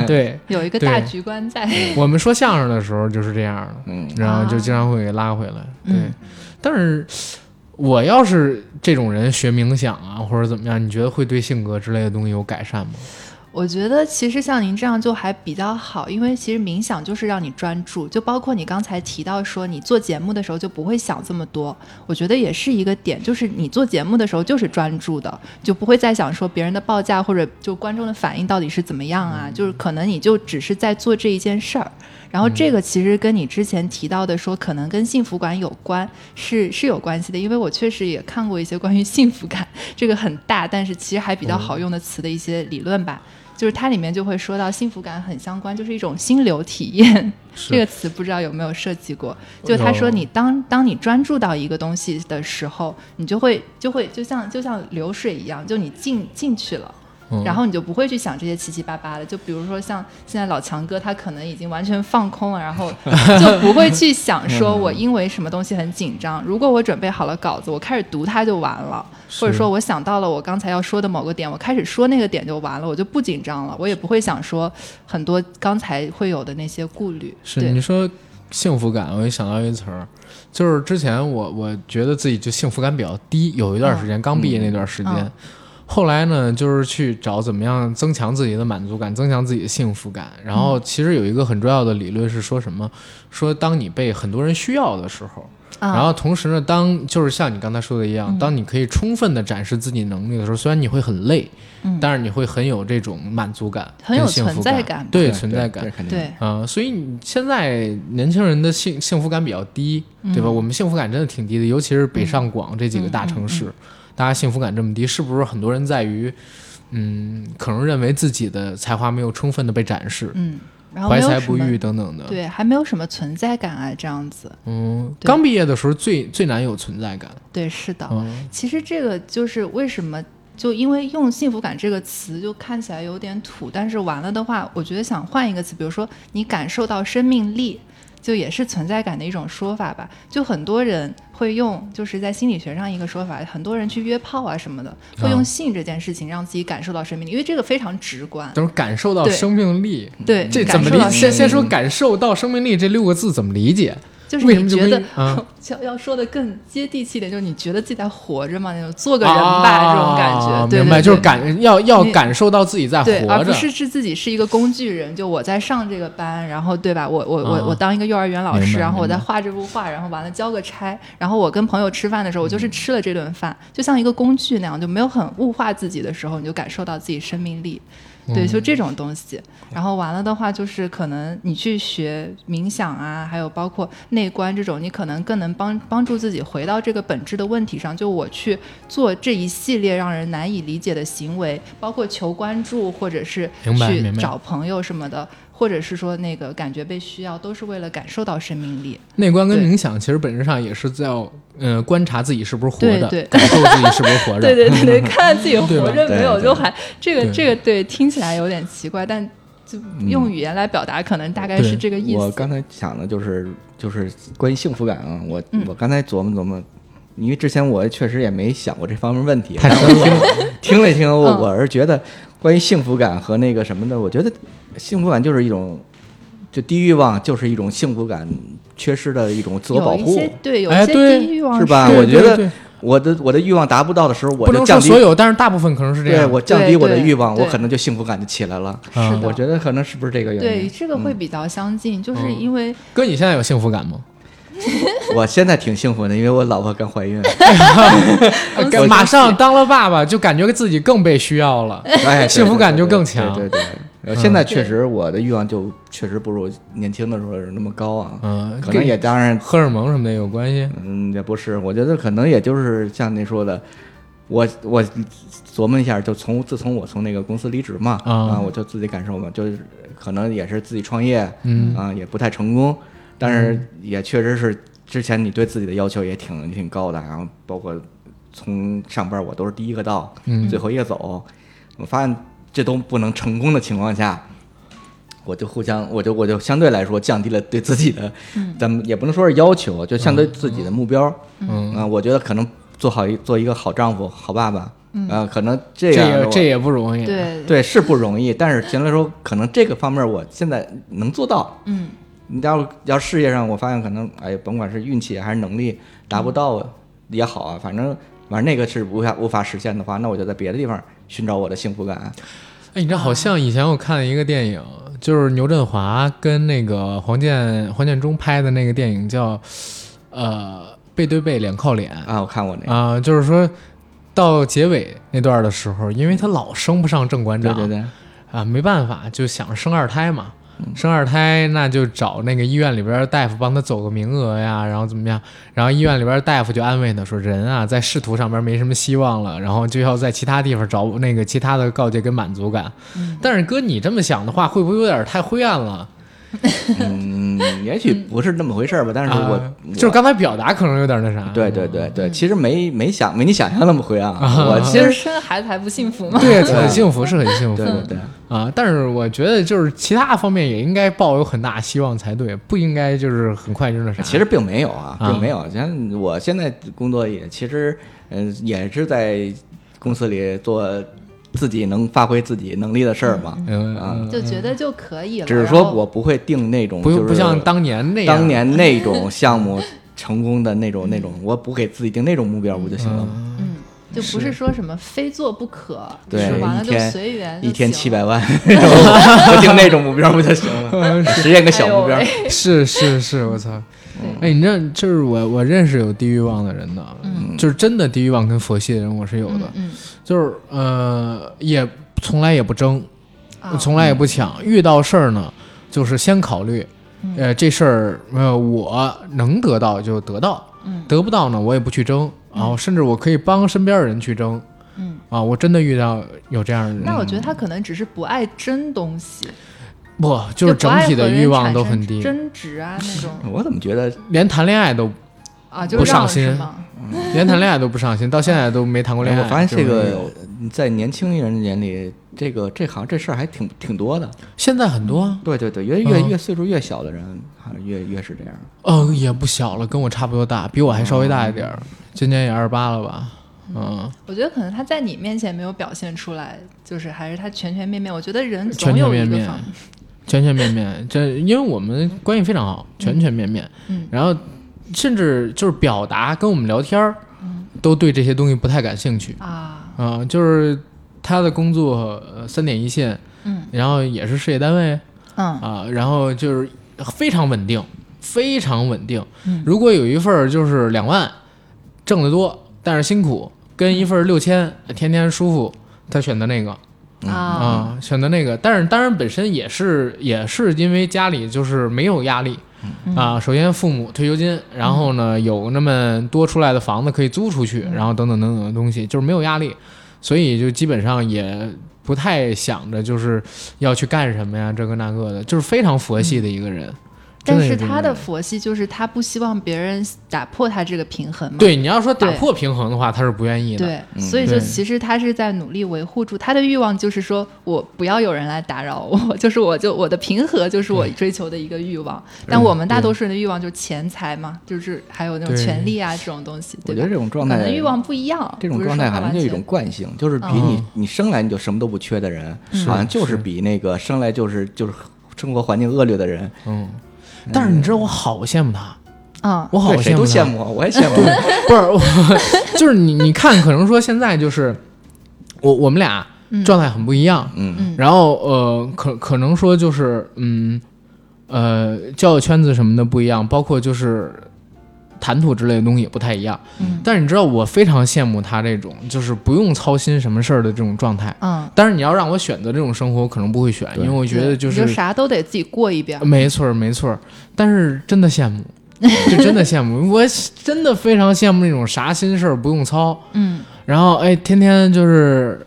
对。
有一个大
对
局 观在。
我们说相声的时候就是这样的，
嗯，
然后就经常会给拉回来。对，但是我要是这种人学冥想啊，或者怎么样，你觉得会对性格之类的东西有改善吗？
我觉得其实像您这样就还比较好，因为其实冥想就是让你专注，就包括你刚才提到说你做节目的时候就不会想这么多，我觉得也是一个点，就是你做节目的时候就是专注的，就不会再想说别人的报价或者就观众的反应到底是怎么样啊，就是可能你就只是在做这一件事儿。然后这个其实跟你之前提到的说，可能跟幸福感有关，是是有关系的。因为我确实也看过一些关于幸福感这个很大，但是其实还比较好用的词的一些理论吧。就是它里面就会说到幸福感很相关，就是一种心流体验。这个词不知道有没有涉及过？就他说，
有
你当当你专注到一个东西的时候，你就会就会就像就像流水一样，就你进进去了。
嗯
然后你就不会去想这些七七八八的，就比如说像现在老强哥，他可能已经完全放空了，然后 就不会去想说
嗯
我因为什么东西很紧张。如果我准备好了稿子，我开始读它就完了，或者说我想到了我刚才要说的某个点，我开始说那个点就完了，我就不紧张了，我也不会想说很多刚才会有的那些顾虑。
是
对
你，说幸福感，我就想到一个词儿，就是之前我我觉得自己就幸福感比较低，有一段时间、刚毕业那段时间。
嗯
后来呢，就是去找怎么样增强自己的满足感，增强自己的幸福感。然后
嗯
其实有一个很重要的理论是说什么？说当你被很多人需要的时候，
啊嗯
然后同时呢，当就是像你刚才说的一样，当你可以充分的展示自己能力的时候，虽然你会很累，但是你会很有这种满足感，
嗯很有
跟幸福
存在
感
感，
对存在感
这。肯定。
对，
啊、所以你现在年轻人的幸幸福感比较低，
嗯
对吧？我们幸福感真的挺低的，尤其是北上广这几个大城
嗯
市，大家幸福感这么低，是不是很多人在于，嗯，可能认为自己的才华没有充分的被展示，
嗯，然后没
怀
有
才
什
不
么
遇等等的。
对，还没有什么存在感啊，这样子。
嗯，
对哦
刚毕业的时候最最难有存在感。
对，是的。
嗯
其实这个就是为什么。就因为用“幸福感”这个词就看起来有点土，但是完了的话，我觉得想换一个词，比如说你感受到生命力，就也是存在感的一种说法吧。就很多人会用，就是在心理学上一个说法，很多人去约炮啊什么的，会用性这件事情让自己感受到生命力，因为这个非常直观。
等会儿感受到
对
生命力，
对，
这
感
怎么
受
理
到？生
先
命
先
力
说感受到生命力这六个字怎么理解？
就是
为什么
你
就
觉
没
得
啊
要要说的更接地气一点，就是你觉得自己在活着嘛，那种做个人吧，这种感
啊
觉，对
明
对
白，
对
就是感要要
你
感受到自己在
对，而
活
不
着。
是是自己是一个工具人，就我在上这个班，然后对吧？我我我、
啊
我当一个幼儿园老
明
师，
白
然后我
明白
在画这幅画，然后完了交个差，然后我跟朋友吃饭的时候，我就是
嗯
吃了这顿饭，就像一个工具那样，就没有很物化自己的时候，你就感受到自己生命力。对，
嗯
就这种东西。然后完了的话，就是可能你去学冥想啊，还有包括内观这种，你可能更能帮帮助自己回到这个本质的问题上。就我去做这一系列让人难以理解的行为，包括求关注，或者是
明白
去
明白
找朋友什么的，或者是说那个感觉被需要，都是为了感受到生命力。
内观跟
对
冥想其实本质上也是在呃观察自己是不是活
对
着，
对
感受自己是不是活着。
对对对 对，看自己
对吧
活着没有，
对对
就还这个
对
这个对，听起来有点奇怪，但就用语言来表达，可能大概
对
是这个意思。
嗯我刚才想的就是就是关于幸福感啊，我、
嗯
我刚才琢磨琢磨，因为之前我确实也没想过这方面问题， 太深了。听了一听，我
嗯
我是觉得关于幸福感和那个什么的，我觉得幸福感就是一种。就低欲望就是一种幸福感缺失的一种自我保
有一
护，
些对，有
哎
一些
对
低欲望
是吧？
对
啊我觉
对对
得我的我的欲望达不到的时候，我
不
就
能
降
说
低
所有，但是大部分可能是这
对
样。
我降低我的
对
欲望，我
对
可能就幸福感就起来了。
是的，
我觉得可能是不是这个原
对
因？
这个会比较相近，就是
嗯
因为
哥，你现在有幸福感 吗？
我现在挺幸福的，因为我老婆刚 怀孕。
恭喜
呃马上当了爸爸，就感觉自己更被需要了。
哎，对
幸福感就更强
对对对对然后现在确实我的欲望就确实不如年轻的时候那么高啊，
嗯，
可能也当然，
荷尔蒙什么的有关系。
嗯，也不是，我觉得可能也就是像您说的。我我琢磨一下，就从自从我从那个公司离职嘛，
啊
啊，我就自己感受嘛，就是可能也是自己创业，
嗯
啊，也不太成功，但是也确实是之前你对自己的要求也挺挺高的，然后包括从上班我都是第一个到，
嗯
最后一个走，我发现这都不能成功的情况下，我就互相，我就我就相对来说降低了对自己的，咱们也不能说是要求，就相对自己的目标，
嗯，
啊，我觉得可能做好一做一个好丈夫、好爸爸，
嗯
啊，可能这
这
样
也
我
这也不容易。，哎
对，
对是不容易，但是相对来说，可能这个方面我现在能做到，
嗯，
你要要事业上，我发现可能哎，甭管是运气还是能力达不到也好啊，反正反正那个是无法无法实现的话，那我就在别的地方寻找我的幸福感。
哎，你知道，好像以前我看了一个电影，就是牛振华跟那个黄建黄建中拍的那个电影叫，呃，背对背，脸靠脸
啊，我看过那个，
啊、就是说到结尾那段的时候，因为他老升不上正馆
对
长，
对嗯对，
啊，没办法，就想着生二胎嘛。生二胎，那就找那个医院里边儿大夫帮他走个名额呀，然后怎么样？然后医院里边儿大夫就安慰他说：“人啊，在仕途上边儿没什么希望了，然后就要在其他地方找那个其他的告诫跟满足感。但是哥，你这么想的话，会不会有点儿太灰暗了？
嗯，也许不是那么回事儿吧，但是我、
啊
我
就是刚才表达可能有点儿那啥。
对对对对，其实没没想没你想象那么灰暗嗯啊，嗯我其
就
实
是生孩子还不幸福吗？
对，很幸福，是很幸福
对对对，
啊。但是我觉得，就是其他方面也应该抱有很大希望才对，不应该就是很快就那啥。
其实并没有啊，
啊
并没有。像我现在工作也其实，嗯、也是在公司里做自己能发挥自己能力的事儿嘛。
嗯，
啊
嗯
就觉得就可以了。
只是
然
说
后
我不会定那种，
不
就是
不像当年那样，
当 年那种项目成功的那种那种，我不给自己定那种目标不就行了吗？
嗯，就不是说什么非做不可，
对
是完了
一
就
天
随缘就行了，
一天七百万，我定那 种目标不就行了？实现个
哎
小
呦
目标
喂，
是是是，我操！哎，你这就是我我认识有地狱望的人的，
嗯
就是真的地狱望跟佛系的人我是有的，
嗯
就是呃也从来也不争，
嗯，啊
从来也不抢，遇到事儿呢就是先考虑，
嗯
呃这事儿呃我能得到就得到，
嗯
得不到呢我也不去争，然后甚至我可以帮身边的人去争
嗯。
啊，我真的遇到有这样的人，
那我觉得
嗯
他可能只是不爱争东西，
不就是
不
整
爱
体的
和人
欲望
产
都
生
很低，
争执啊那 种
我怎么觉得
连谈恋爱都
啊，就
不
让
上心
是吗？
连谈恋爱都不上心，到现在都没谈过恋爱。
哎我发现这
就是
个在年轻人眼里，这个这行这事儿还挺挺多的。
现在很多，
对对对，越越
嗯
越岁数越小的人，好像越越是这样。
嗯、也不小了，跟我差不多大，比我还稍微大一
哦
点儿，今年也二十八了吧？嗯，
我觉得可能他在你面前没有表现出来，就是还是他全全面面。我觉得人
全
总
全
有
面
一个
面
方，
全全面面，这因为我们关系非常好，全全面面，
嗯
然后甚至就是表达跟我们聊天儿，
嗯
都对这些东西不太感兴趣。
啊，
啊、就是他的工作、呃、三点一线，
嗯，
然后也是事业单位
嗯
啊、然后就是非常稳定，非常稳定。
嗯
如果有一份儿就是两万，挣得多，但是辛苦，跟一份儿六千，天天舒服，他选择那个
嗯
啊，
啊、选择那个。但是当然本身也是也是因为家里就是没有压力。啊，首先父母退休金，然后呢有那么多出来的房子可以租出去，然后等等等等的东西，就是没有压力，所以就基本上也不太想着就是要去干什么呀，这个那个的，就是非常佛系的一个人。真
但
的
是
这么
他
个
的
人
佛系就是他不希望别人打破他这个平衡嘛。
对你要说打
对
破平衡的话，他是不愿意的。
对，
嗯
所以就
对
其实他是在努力维护住他的欲望，就是说我不要有人来打扰我， 就是我就我的平和就是我追求的一个欲望。
嗯
但我们大多数人的欲望就是钱财嘛，就是还有那种
对
权利啊这种东西，
我
对
觉
吧
得？这种状
可
态
能，欲望不一样，
这种
不是
状态
说
好像
完
就一
全
种惯性，就是比你你生来你就什么都不缺的人，好像就是比那个生来就是就是生活环境恶劣的人，
嗯，但是你知道我好羡慕他，
啊，
我好
对谁
慕
都
他
羡慕我，我也羡慕。啊
不是我，就是你你看，可能说现在就是我我们俩状态很不一样，
嗯，
然后呃，可可能说就是嗯呃，交友圈子什么的不一样，包括就是谈吐之类的东西也不太一样。
嗯
但是你知道，我非常羡慕他这种就是不用操心什么事儿的这种状态。
嗯，
但是你要让我选择这种生活，我可能不会选，因为
对
我觉得
你
是
啥都得自己过一遍。
没错儿，没错儿，但是真的羡慕，就真的羡慕，我真的非常羡慕那种啥心事儿不用操，
嗯
然后哎，天天就是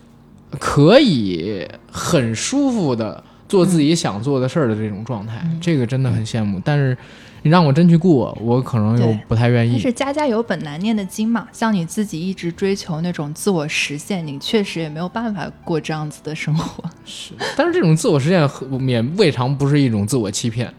可以很舒服的做自己想做的事儿的这种状态，
嗯
这个真的很羡慕。但是你让我真去雇我，我可能又
对
不太愿
但
意。
是家家有本难念的经嘛，像你自己一直追求那种自我实现，你确实也没有办法过这样子的生活。
但是这种自我实现和也未尝不是一种自我欺骗，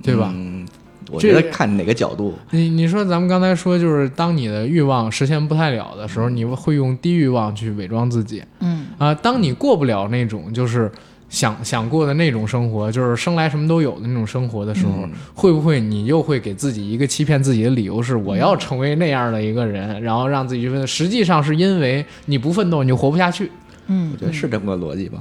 对吧？
嗯，我
这
觉得
个
看哪个角度，
你你说咱们刚才说，就是当你的欲望实现不太了的时候，你会用低欲望去伪装自己
嗯
啊、当你过不了那种就是想想过的那种生活，就是生来什么都有的那种生活的时
嗯
候，会不会你又会给自己一个欺骗自己的理由，是我
嗯
要成为那样的一个人，然后让自己去奋斗？实际上是因为你不奋斗，你就活不下去。
嗯
我，觉得是这么个逻辑吧。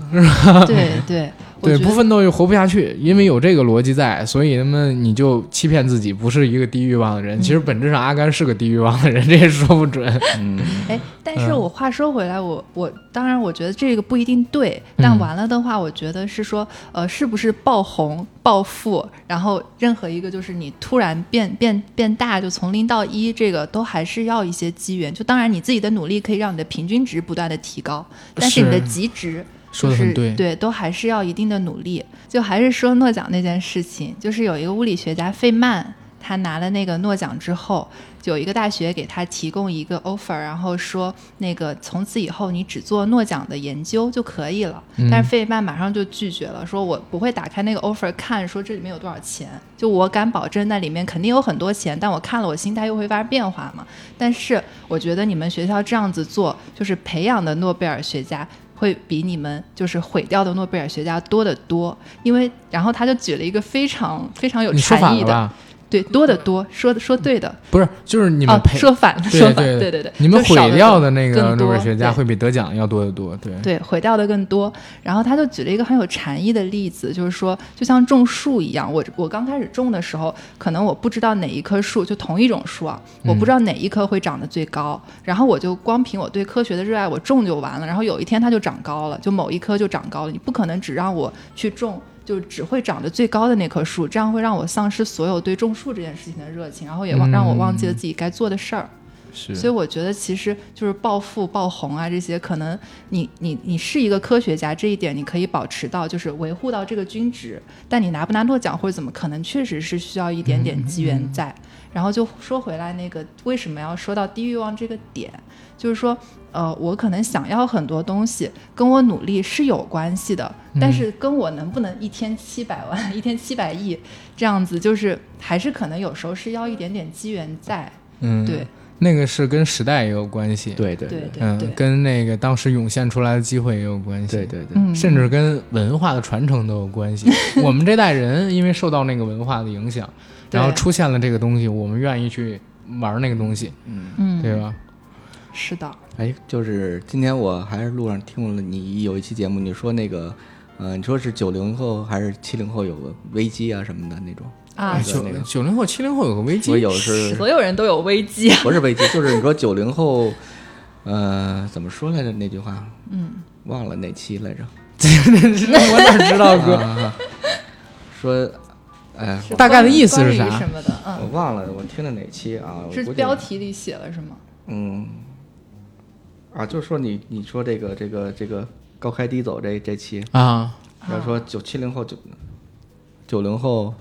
对对，我
对，
觉
不
得嗯
奋斗就活不下去，因为有这个逻辑在，所以他妈你就欺骗自己不是一个低欲望的人。
嗯
其实本质上阿甘是个低欲望的人，这也说不准。
嗯
哎，但是我话说回来，我我当然我觉得这个不一定对，但
嗯
完了的话，我觉得是说，呃，是不是爆红、暴富，然后任何一个就是你突然变变变大，就从零到一，这个都还是要一些机缘。就当然你自己的努力可以让你的平均值不断的提高，但是你的
是
极值。
说得
就是
很对
对，都还是要一定的努力。就还是说诺奖那件事情，就是有一个物理学家费曼，他拿了那个诺奖之后，有一个大学给他提供一个 offer，然后说那个从此以后你只做诺奖的研究就可以了。
嗯
但是费曼马上就拒绝了，说我不会打开那个 offer 看说这里面有多少钱，就我敢保证那里面肯定有很多钱，但我看了我心态又会发生变化嘛。但是我觉得你们学校这样子做，就是培养的诺贝尔学家。会比你们就是毁掉的诺贝尔学家多得多，因为然后他就举了一个非常非常有
你说
禅
反
意
了
的，
吧？
对，多得多，说说对的，
不是，就是你们
哦，
赔、
说反了，
对
说反
对
了，对
对
对，
你们
就少
毁
得
掉
更
的那个
更
诺贝尔
多
学家
对
会比得奖要多得多。对，
对毁掉的更多。然后他就举了一个很有禅意的例子，就是说，就像种树一样，我我刚开始种的时候，可能我不知道哪一棵树，就同一种树啊，我不知道哪一棵会长得最高，然后我就光凭我对科学的热爱，我种就完了。然后有一天它就长高了，就某一棵就长高了，你不可能只让我去种。就只会长得最高的那棵树，这样会让我丧失所有对种树这件事情的热情，然后也忘让我忘记了自己该做的事儿。所以我觉得其实就是暴富、爆红啊这些，可能你你你是一个科学家，这一点你可以保持到，就是维护到这个均值。但你拿不拿诺奖或者怎么，可能确实是需要一点点机缘在。
嗯
然后就说回来，那个为什么要说到低欲望这个点，就是说，呃，我可能想要很多东西，跟我努力是有关系的，但是跟我能不能一天七百万、 一天七百亿这样子，就是还是可能有时候是要一点点机缘在。
嗯，
对，
那个是跟时代也有关系。，
对对
对对对
嗯，。跟那个当时涌现出来的机会也有关系。
对对对，
嗯，
甚至跟文化的传承都有关 系。我们这代人因为受到那个文化的影响，然后
对
出现了这个东西，我们愿意去玩那个东西，
嗯，
对吧？
是的，
哎，就是今天我还是路上听了你有一期节目，你说那个，呃，你说是九零后还是七零后有个危机啊什么的那种，
啊，
九九零后、七零后有个危机，
我有是
所有人都有危机。啊
不是危机，就是你说九零后，呃，怎么说来着那句话？
嗯，
忘了哪期 来着？
我哪知道哥？
说，哎，
是
大概的
关于
意思是
关于
啥
什么的？
我
呃
嗯，
忘了，我听了哪期啊？我
是
估计
标题里写了是吗？
嗯，啊，就是说你你说这个这个这个高开低走这这期，
啊，
要说九七零后九九零后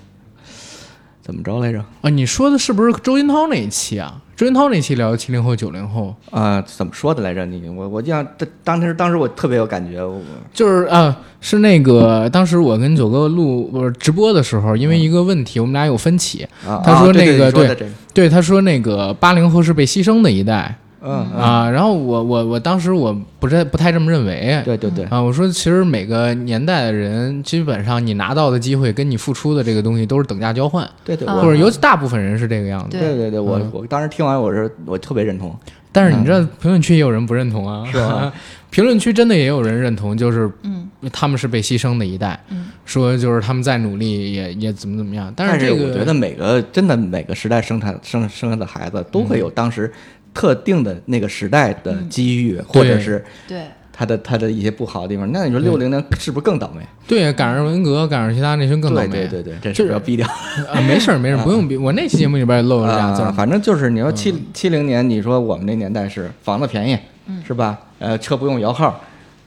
怎么着来着？
啊，你说的是不是周金涛那一期啊？周金涛那期聊七零后、九零后，
啊、怎么说的来着？你我我印象，当当时当时我特别有感觉，我
就是啊、是那个当时我跟九哥录不是直播的时候，
嗯
因为一个问题，我们俩有分歧。
啊，
他
啊
说
对
那
对
个
你说
对
的这个，
对，他说那个八零后是被牺牲的一代
嗯嗯，
啊，然后我我我当时我不是不太这么认为。
嗯对对对，
啊，我说其实每个年代的人，基本上你拿到的机会跟你付出的这个东西都是等价交换，
对对
啊
我。
或者尤其大部分人是这个样子。
对
对对对，我
嗯
我当时听完，我是我特别认同，
但是你知道
嗯
评论区也有人不认同啊，是吧？ 评论区真的也有人认同，就是
嗯
他们是被牺牲的一代，
嗯
说就是他们再努力也也怎么怎么样。但
但
这个
我觉得每个真的每个时代生产生生下的孩子都
嗯
会有当时特定的那个时代的机遇，或者是
对，
他的他的一些不好的地方。那你说六零年是不是更倒霉？
对赶上文革，赶上其他那些更倒霉。
对对对对，这
就是
是要逼掉。
啊，没事儿没事儿，不用比。我那期节目里边也漏了俩字
啊，
儿，
反正就是你说七
嗯
七零年，你说我们那年代是房子便宜，是吧？呃，车不用摇号，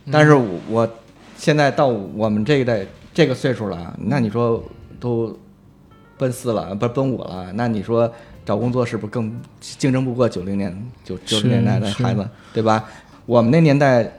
嗯
但是我我现在到我们这一代这个岁数了啊，那你说都奔四了，不是奔五了，那你说找工作是不是更竞争不过九零年九九
是
十年代的
是
孩子，对吧？我们那年代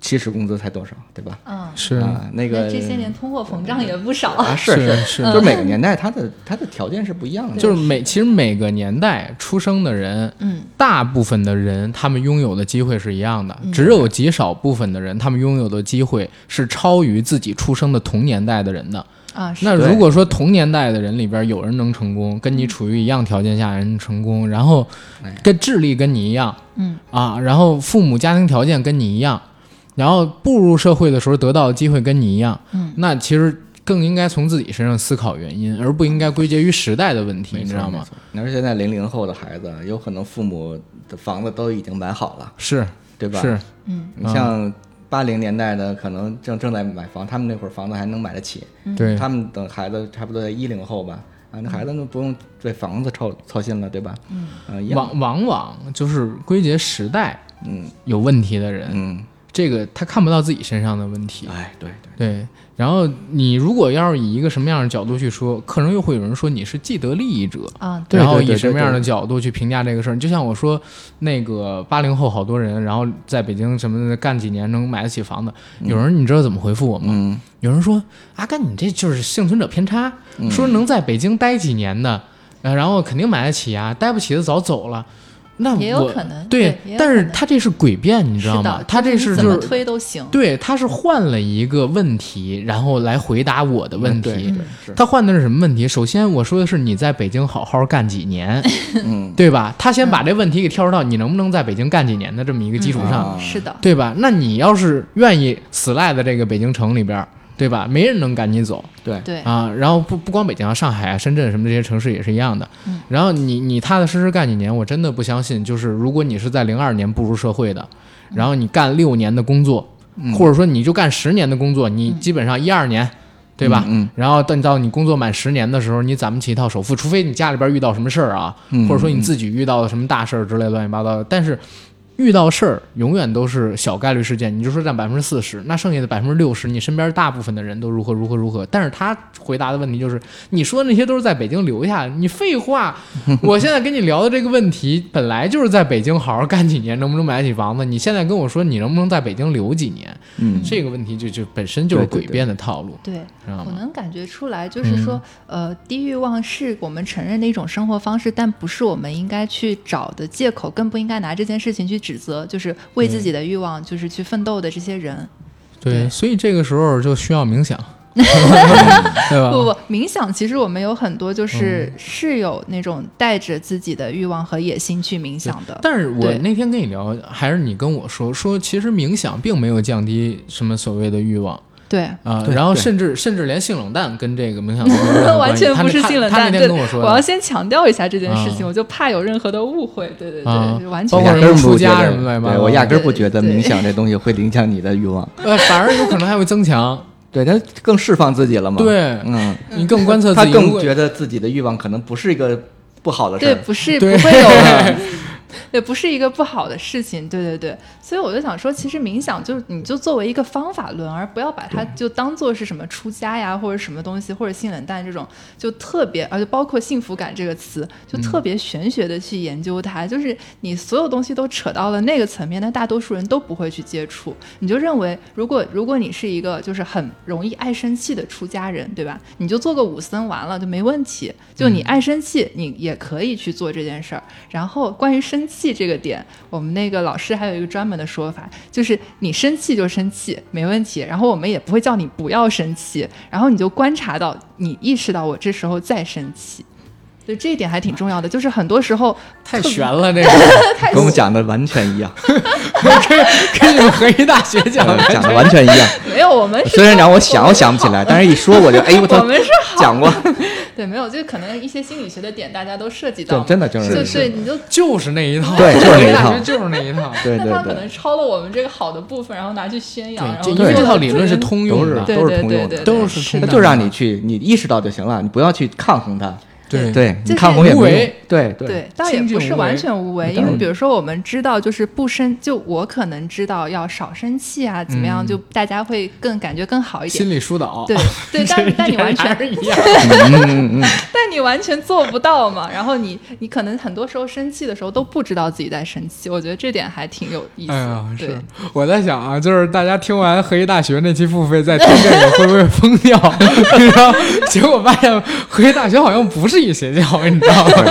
起始工资才多少，对吧？
嗯，
是
啊，那个
那这些年通货膨胀也不少，
啊，是
是是
是，就是每个年代它的它的条件是不一样的，
就是每其实每个年代出生的人，
嗯，
大部分的人他们拥有的机会是一样
嗯
的，只有极少部分的人他们拥有的机会是超于自己出生的同年代的人的。
啊，是
那
对
如果说同年代的人里边有人能成功，跟你处于一样条件下的人成功，然后
哎
跟智力跟你一样，
嗯
啊，然后父母家庭条件跟你一样，然后步入社会的时候得到的机会跟你一样，
嗯，
那其实更应该从自己身上思考原因，而不应该归结于时代的问题，
没
你
错
知道吗？？
你说现在零零后的孩子，有可能父母的房子都已经买好了，
是
对吧？
是，
嗯
你像八零年代的，可能正正在买房，他们那会儿房子还能买得起。
嗯
对，
他们等孩子差不多在一零后吧，啊，那孩子们不用对房子操操心了，对吧？嗯，呃，一样，
往往往就是归结时代
嗯
有问题的人，
嗯，
这个他看不到自己身上的问题，
哎，对对，
对，然后你如果要是以一个什么样的角度去说，可能又会有人说你是既得利益者，
啊，
对
然后
对
以
对
什
对
么样的
对
角度去评价这个事儿。就像我说，那个八零后好多人，然后在北京什么的干几年能买得起房子，有人你知道怎么回复我吗？
嗯，
有人说：“阿甘，你这就是幸存者偏差，
嗯
说能在北京待几年的，呃，然后肯定买得起啊，待不起的早走了。”那我
也有可能
对
对也，有
但
可
是
能
他这是诡辩，你知道
是
吗
的，？
他这
是
是
你怎
就
么
是
推都行，
对，他是换了一个问题，然后来回答我的问
哎对
题。
对嗯是，
他换的是什么问题？首先，我说的是你在北京好好干几 年，
嗯，
对吧？他先把这问题给跳到你能不能在北京干几年的这么一个基础上，
啊
嗯是的，
对吧？那你要是愿意死赖在这个北京城里边儿，对吧？没人能赶你走
对，
对，
啊。然后不不光北京啊，上海啊、深圳什么这些城市也是一样的
嗯。
然后你你踏踏实实干几年，我真的不相信，就是如果你是在零二年步入社会的，然后你干六年的工作，
嗯
或者说你就干十年的工作，你基本上一二年，对吧？
嗯，
然后等到你工作满十年的时候，你攒不起一套首付，除非你家里边遇到什么事儿啊，
嗯
或者说你自己遇到了什么大事儿之类乱七八糟的。但是遇到事儿永远都是小概率事件，你就说占百分之四十，那剩下的百分之六十，你身边大部分的人都如何如何如何。但是他回答的问题就是，你说那些都是在北京留下的，你废话。我现在跟你聊的这个问题，本来就是在北京好好干几年能不能买得起房子，你现在跟我说你能不能在北京留几年，
嗯
这个问题就就本身就是
对对
诡辩的套路，
对，
知道
我
吗？
能感觉出来，就是说，
嗯
呃，低欲望是我们承认的一种生活方式，但不是我们应该去找的借口，更不应该拿这件事情去指责，就是为自己的欲望就是去奋斗的这些人。
对，
对
所以这个时候就需要冥 想，对吧？
不不，冥想其实我们有很多
嗯
就是是有那种带着自己的欲望和野心去冥想的。
但是我
对
那天跟你聊，还是你跟我说说，其实冥想并没有降低什么所谓的欲望
对，
啊、
对
然后
对
甚至甚至连性冷淡跟这个冥想没有任何嗯关系
完全
他
不
那
是
他
性冷
他
淡。
那
对，
天跟我说的，
要先强调一下这件事情，
啊
我就怕有任何的误会。对对
啊
对，完
包括什么
全是
压根儿不
出
觉
家
得
什么乱七八
对
糟
我
的
压根儿不觉得
对
冥想这东西会影响你的欲望，
呃，反而有可能还会增强，
对他更释放自己了嘛？，
对
嗯，
你更观测
他
自己。如
更
果
觉得自己的欲望可能不是一个不好的事
对，
儿，
不是不
对
会有，对，不是一个不好的事情，对对对。所以我就想说，其实冥想就是你就作为一个方法论，而不要把它就当做是什么出家呀，或者什么东西，或者性冷淡这种，就特别，而且包括幸福感这个词，就特别玄学的去研究它。就是你所有东西都扯到了那个层面，但大多数人都不会去接触。你就认为，如果如果你是一个就是很容易爱生气的出家人，对吧？你就做个武僧完了就没问题。就
嗯
你爱生气，你也可以去做这件事儿。然后关于生气这个点，我们那个老师还有一个专门的说法，就是你生气就生气，没问题。然后我们也不会叫你不要生气，然后你就观察到，你意识到我这时候在生气。对，这一点还挺重要的。就是很多时候
太悬了，这个
跟我们讲的完全 一样，
跟跟你们合一大 学讲
呃
的
讲的完全一样。
没有我们是
虽然讲我想我想不起来，但是一说我就哎呦我
我
操，
们是
讲过，
对没有，就可能一些心理学的点大家都涉及到
对，
嘛，
真的就是
就对
对
你就。
就是那一套，
对就是那一
大
套
学就是那一套。
对
那他可
对
能抄了我们这个好的部分，然后拿去宣扬，然
对，
后
这
就
因为
做
这套
了
理
助
论是
人
通
都
用
是
的，
对
都是
对
通
对
用
对
的
都是
啊是
通
对，
的
他就让你去，你意识到就行了，你不要去抗衡它，
对
对
就
你
是
抗衡也
无
没
为
用，对对
对，倒也
清净
不是
无
完
为嗯
全无为，因
当
为
然
比如说我们知道，就是不生，就我可能知道要少生气啊，怎么样，就大家会更感觉更好一点。
嗯心理疏导。
对对， 但但你完
还
全，
是一 样，
嗯嗯嗯
但你完全做不到嘛。然后你你可能很多时候生气的时候都不知道自己在生气，我觉得这点还挺有意思
哎
的
呀，。
对
是，我在想啊，就是大家听完合一大学那期付费，再听这个会不会疯掉？ 然后结果发现合一大学好像不是一邪教，你知道吗？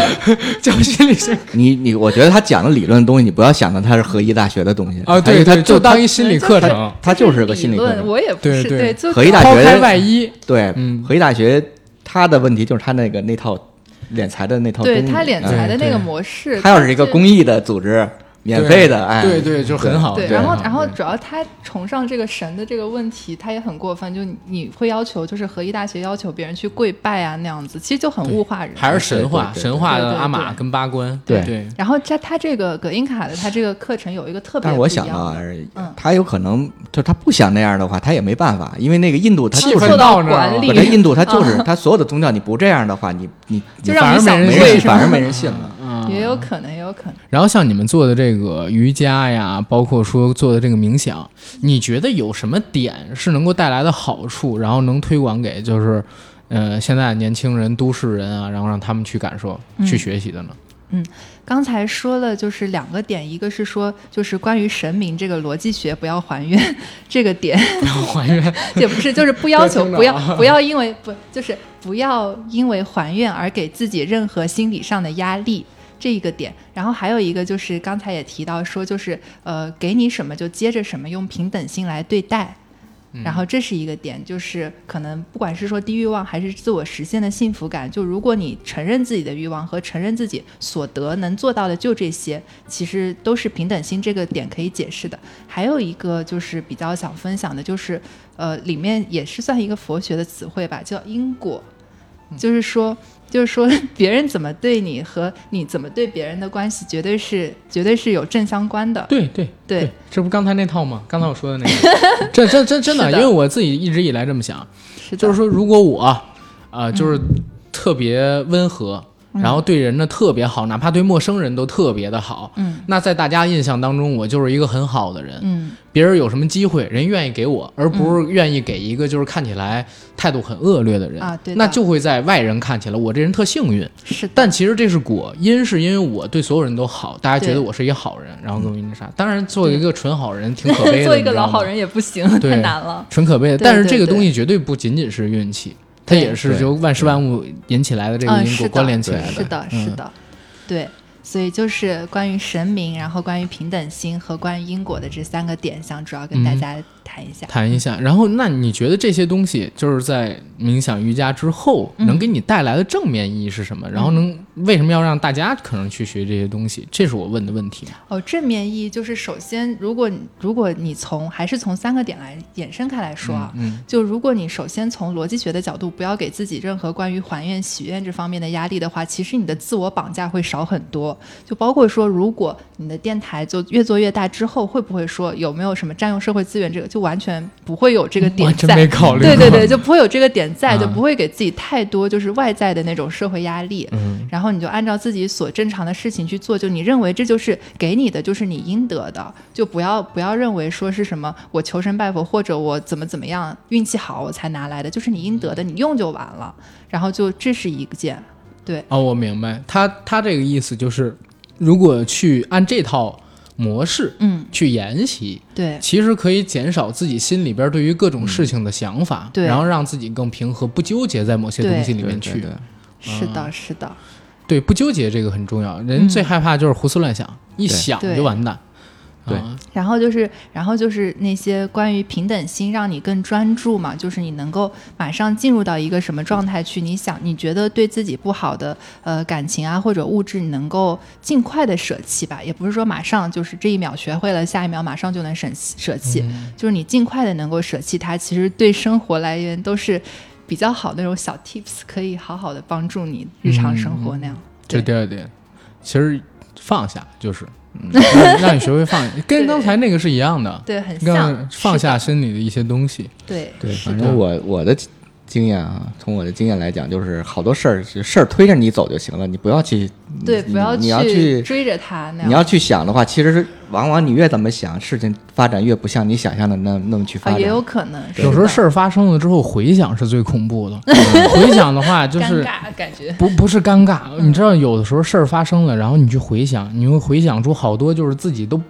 教心理学
你你，我觉得他讲的理论的东西，你不要想着它是合一大学的东西
啊，对
他
对，
就
就当一
对
心理
就
课
是
程，
他就是个心理课
论，
程
我也不
对
是
对
就
合一大
抛
学
开外衣，
对
嗯，
合一大学他的问题就是他那个那套敛财的那套东西，
对他敛
嗯
财的
对
那个
对
模式，
它要是一个
但
公益的组织，免费的，哎，
对对，就很好。
对，
对
然
啊
后
对
然后主要他崇尚这个神的这个问题，他也很过分，就你你会要求就是合一大学要求别人去跪拜啊那样子，其实就很物化人。
还是神话，
对对对
神话
对对
的
对
阿玛跟八关，
对
对，
然后他他这个葛印卡的他这个课程有一个特别
但是
不
我
一样
想
的，
啊，
嗯
他有可能就他不想那样的话，他也没办法，因为那个印度他
气
就
氛
是
做到
到那儿
管
了
理
本来印度他
啊
就是他所有的宗教你不这样的话，你你
就
你
让
反
你
而没人信
想
没
跪
人
是
反而
吗？
没人啊信了。
嗯，
也有可能，也有可能。
然后像你们做的这个瑜伽呀，包括说做的这个冥想，你觉得有什么点是能够带来的好处，然后能推广给就是，呃，现在年轻人、都市人啊，然后让他们去感受、
嗯
去学习的呢？
刚才说了就是两个点，一个是说就是关于神明这个逻辑学不要还原这个点，
还原
也不是，就是不要求
不要听到
不要不要因为不就是不要因为还愿而给自己任何心理上的压力。这一个点，然后还有一个就是刚才也提到说，就是呃，给你什么就接着什么，用平等心来对待，然后这是一个点，就是可能不管是说低欲望还是自我实现的幸福感，就如果你承认自己的欲望和承认自己所得能做到的就这些，其实都是平等心这个点可以解释的。还有一个就是比较想分享的，就是呃，里面也是算一个佛学的词汇吧，叫因果，
嗯
就是说，就是说 别人怎么对你和你怎么对别人的关系，绝对是绝对是有正相关的。
对对
对，
这不刚才那套吗？刚才我说的那 个，这这这真的，
是
因
的
为我自己一直以来这么想，
是的，嗯
就是说，如果我啊、呃就是特别温和，然后对人呢特别好，哪怕对陌生人都特别的好，
嗯，
那在大家印象当中，我就是一个很好的人。
嗯
别人有什么机会，人愿意给我，而不是愿意给一个就是看起来态度很恶劣的人
啊对的
那就会在外人看起来我这人特幸运。
是的，
但其实这是果，因是因为我对所有人都好，大家觉
对
得我是一好人，然后跟我那啥。当然，做一个纯好人挺可悲的，
做
你
一个
知
老
道吗
好人也不行，
对
太难了。
纯可悲的。
对
但是
对
这个
对
东西绝对不仅仅是运气，它
对
也是
对
由万事万物引起来的这个
嗯，
因
是
果
的，
关联起来
是的，
嗯
是的，对。所以就是关于神明，然后关于平等心和关于因果的这三个点，想主要跟大
嗯
家谈一下。
谈一下。然后，那你觉得这些东西就是在冥想瑜伽之后，
嗯
能给你带来的正面意义是什么？然后能为什么要让大家可能去学这些东西？这是我问的问题。
哦，正面意义就是首先，如果你如果你从还是从三个点来衍生开来说啊，
嗯，
就如果你首先从逻辑学的角度，不要给自己任何关于还愿、许愿这方面的压力的话，其实你的自我绑架会少很多。就包括说，如果你的电台就越做越大之后，会不会说有没有什么占用社会资源这个，就完全不会有这个
嗯
点
完全
在。
没考虑。
对对对，，就不会有这个点在，
嗯
就不会给自己太多就是外在的那种社会压力。
嗯，
然后你就按照自己所正常的事情去做，就你认为这就是给你的，就是你应得的，就不要不要认为说是什么我求神拜佛或者我怎么怎么样运气好我才拿来的，就是你应得的，你用就完了。然后就这是一件，
哦，我明白。他他这个意思就是，如果去按这套模式
嗯，
去研习，
对
其实可以减少自己心里边对于各种事情的想法，
对
然后让自己更平和，不纠结在某些东西里面去。
对对对
是的，是的，
嗯对不纠结这个很重要。人最害怕就是胡思乱想，一想就完蛋。
对
啊
然后就是，然后就是那些关于平等心，让你更专注嘛，就是你能够马上进入到一个什么状态去，你想你觉得对自己不好的呃感情啊或者物质，你能够尽快的舍弃吧，也不是说马上就是这一秒学会了，下一秒马上就能舍弃舍弃，
嗯
就是你尽快的能够舍弃它，其实对生活来源都是比较好的那种小 tips，可以好好的帮助你日常生活那样。
这
对
是第二点，其实放下就是，嗯 让让你学会放下，跟
对
刚才那个是一样的，
对，很像
让放
是的
下心里的一些东西。
对
对，
是
反
的
正我我的经验啊，从我的经验来讲，就是好多事儿是事儿推着你走就行了，你不要去，
对，
你
不要
你要去
追着他那样。
你要去想的话，其实是往往你越怎么想，事情发展越不像你想象的那那么去发
啊，
展。
也有可能。
有时候事
儿
儿发生了之后，回想是最恐怖 的。回想的话，就是
尴尬感觉。
不不是尴尬，你知道，有的时候事儿发生了，然后你去回想，你会回想出好多就是自己都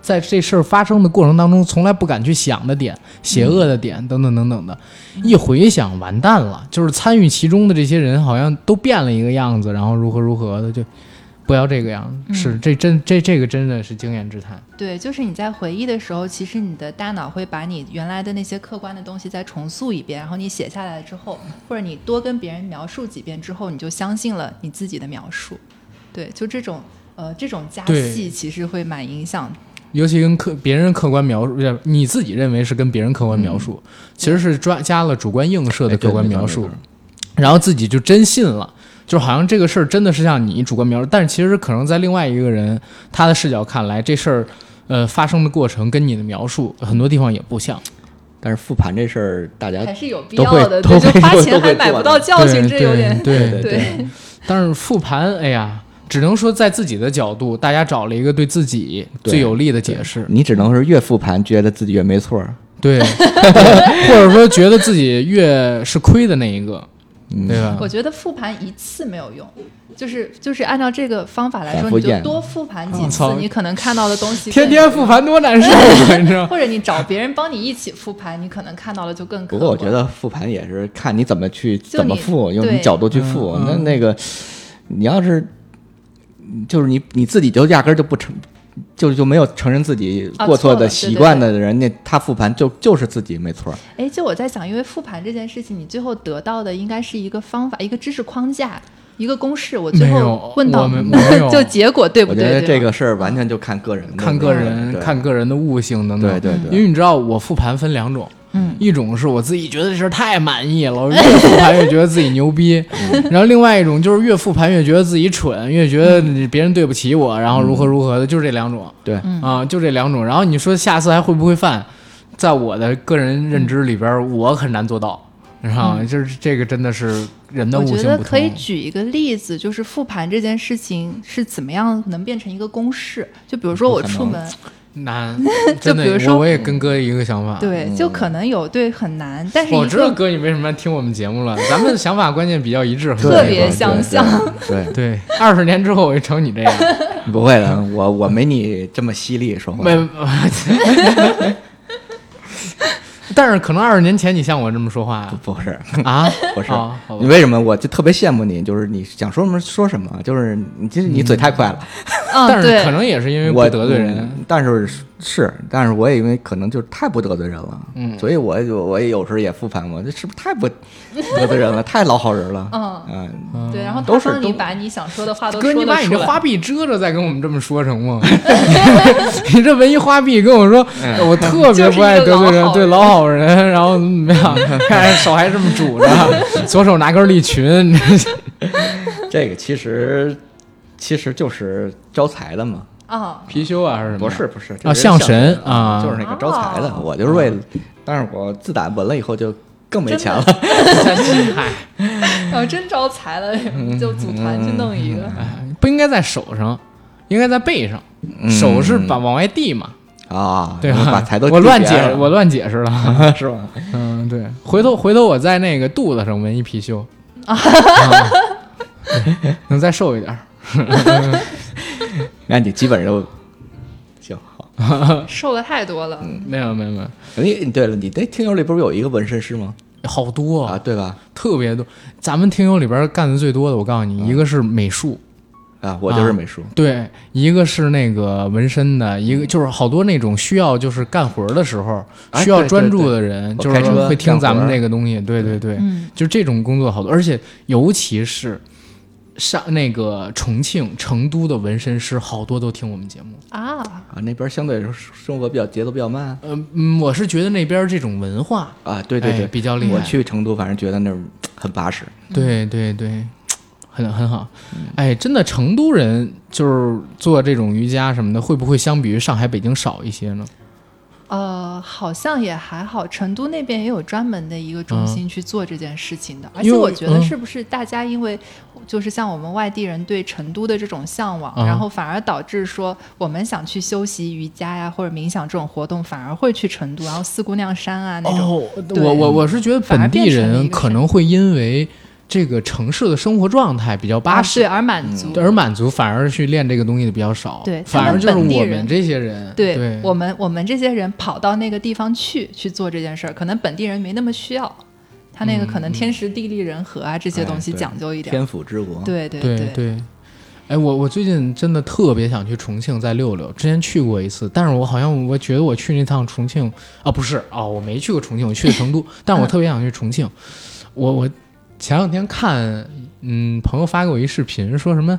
在这事儿发生的过程当中从来不敢去想的点、邪恶的点等等等等的。一回想，完蛋了，就是参与其中的这些人好像都变了一个样子，然后如何如何的，就不要这个样子。是这真这这个真的是经验之谈。
对，就是你在回忆的时候，其实你的大脑会把你原来的那些客观的东西再重塑一遍，然后你写下来之后，或者你多跟别人描述几遍之后，你就相信了你自己的描述。对，就这种呃这种加
对
戏，其实会蛮影响。
尤其跟客别人客观描述，呃你自己认为是跟别人客观描述，其实是抓加了主观映射的
嗯哎
客观描，
对
述
没错没，错
然后自己就真信了，就好像这个事儿真的是像你主观描述，但是其实可能在另外一个人他的视角看来，这事儿呃发生的过程跟你的描述很多地方也不像。
但是复盘这事儿，大家
还是有必
都
要
会
的，
都
对，就
会
花
做
钱
都
还
会
买
做
不
的
到教训，
对
这有点
对
对
对
但是复盘，哎呀，只能说在自己的角度，大家找了一个对自己
对
最有利的解释。
你只能是越复盘觉得自己越没错儿。
对，或者说觉得自己越是亏的那一个，
嗯
对吧？
我觉得复盘一次没有用，就是就是按照这个方法来说，
反复
你就
验
多复盘几
啊我
次
操，
你可能看到的东西
天
更
天复盘多难受啊，你知 道？
或者你找别人帮你一起复盘，你可能看到了就更客
不
观。
过我觉得复盘也是看你怎么去
就
怎么
你
复，用
对
你角度去复。
嗯嗯
那那个，你要是就是你你自己就压根儿就不承，就就没有承认自己
啊
过错
错了
的
对
习
对
惯的人，那他复盘就就是自己没错儿。
哎，就我在想，因为复盘这件事情，你最后得到的应该是一个方法、一个知识框架、一个公式。我最
没
后
有
问
我
到
们没有
就结果对不
我
对？
觉得
对
这
吧
个事儿完全就看个人的，
看个人，
对
看个人的悟性等等。
对对
因
对，
为你知道，我复盘分两种，
嗯，
一种是我自己觉得这事儿太满意了，我越复盘越觉得自己牛逼，
嗯
然后另外一种就是越复盘越觉得自己蠢，越觉得别人对不起我，然后如何如何的，就是这两种。
对
嗯
啊，就这两种。然后你说下次还会不会犯，在我的个人认知里边儿，我很难做到。然后就是这个真的是人的
嗯我
悟
觉
性
得
不
可以
同。
举一个例子，就是复盘这件事情是怎么样能变成一个公式。就比如说我
可
出
能
门，
难，
就
真的
比如，说
我我也跟哥一个想法。哦
嗯
对，就可能有对很难，但是
我
一
知道
个
哥你为什么听我们节目了，咱们想法观念比较一致，
特别相像。
对，
对。二十年之后我就成你这样，
对不会的，我我没你这么犀利说话
没。没但是可能二十年前你像我这么说话
不不是，
啊？
不是
哦好吧
你为什么？我就特别羡慕你，就是你想说什么说什么，就是你其实你嘴太快了，
嗯，
但是
对
可，能也是因为不
我
得罪人，
嗯但是是，但是我也因为可能就是太不得罪人了，
嗯
所以我就我也有时候也复盘我，这是不是太不得罪 人了，太老好人了，
嗯
嗯，
对，然后
都
他
是
帮你
都
把你想说的话都
哥，
说
你
得
把你
出
这
来
花臂遮着再跟我们这么说成 吗？ 你这文艺花臂跟我说，
嗯
我特别不爱得罪人，
就是
对
一个
老好人，然后怎么 样？看手还这么拄着，左手拿根立群，
这个其实其实就是招财的嘛，
啊，
貔貅啊还是什么？
不是不是
啊
这是
象神
神
啊
就是那个招财的，
哦
我就是为了，但是我自打纹了以后就更没
真的
钱了，
嗨，
然后真招财了，
嗯
就组团去弄一个。
不应该在手上，应该在背上。手是把往外递嘛，
啊，
对吧？
嗯把财都
我乱解
别
释，
了
我乱解释了。
是吧？
嗯，对，回头回头我在那个肚子上纹一貔 貅，啊能再瘦一点儿。
那你基本上就行好。
嗯
瘦的太多了，
没有没有没有，
你哎对了，你那听友里不是有一个纹身师吗？
好多
啊，对吧？
特别多。咱们听友里边干的最多的，我告诉你，一个是美术，
啊，我就是
啊
美术，
对，一个是那个纹身
嗯
的，一个就是好多那种需要就是干活儿的时候
哎
需要
对
专
对
注
对
的人，
我
就
开
是
车
会听
干
咱
活
们
儿
这个东西。对对对，
嗯
就这种工作好多，而且尤其是上那个重庆、成都的纹身师，好多都听我们节目。
啊，
啊，那边相对来说生活比较节奏比较慢
呃嗯，我是觉得那边儿这种文化，
啊。对对
哎
对，
比较厉害。
我去成都，反正觉得那儿很巴适。
嗯
对对对，很很好。哎，真的，成都人就是做这种瑜伽什么的，会不会相比于上海、北京少一些呢？
呃，好像也还好，成都那边也有专门的一个中
嗯
心去做这件事情的。而
因
且
为
我觉得
嗯
是不是大家因为就是像我们外地人对成都的这种向往，
嗯
然后反而导致说我们想去休息瑜伽呀或者冥想这种活动，反而会去成都，然后四姑娘山啊那种。
哦，
对
我我我是觉得
反而
本地
变成了一
人
个
可
事
能会因为这个城市的生活状态比较巴嗯
啊
适
对，。而满足，
而满足，反而去练这个东西的比较少，
对他
反而
们
就是
本地
我们
人
这些人，
对
对
我们我们这些人跑到那个地方去去做这件事儿，可能本地人没那么需要，他
嗯
那个可能天时地利人和啊、这些
哎
东西
对
讲究一点。
天府之国，
对对
啊对对。哎，我我最近真的特别想去重庆再溜溜，之前去过一次，但是我好像我觉得我去那趟重庆啊，不是啊，我没去过重庆，我去的成都，但我特别想去重庆。我我前两天看，嗯，朋友发给我一视频，说什么，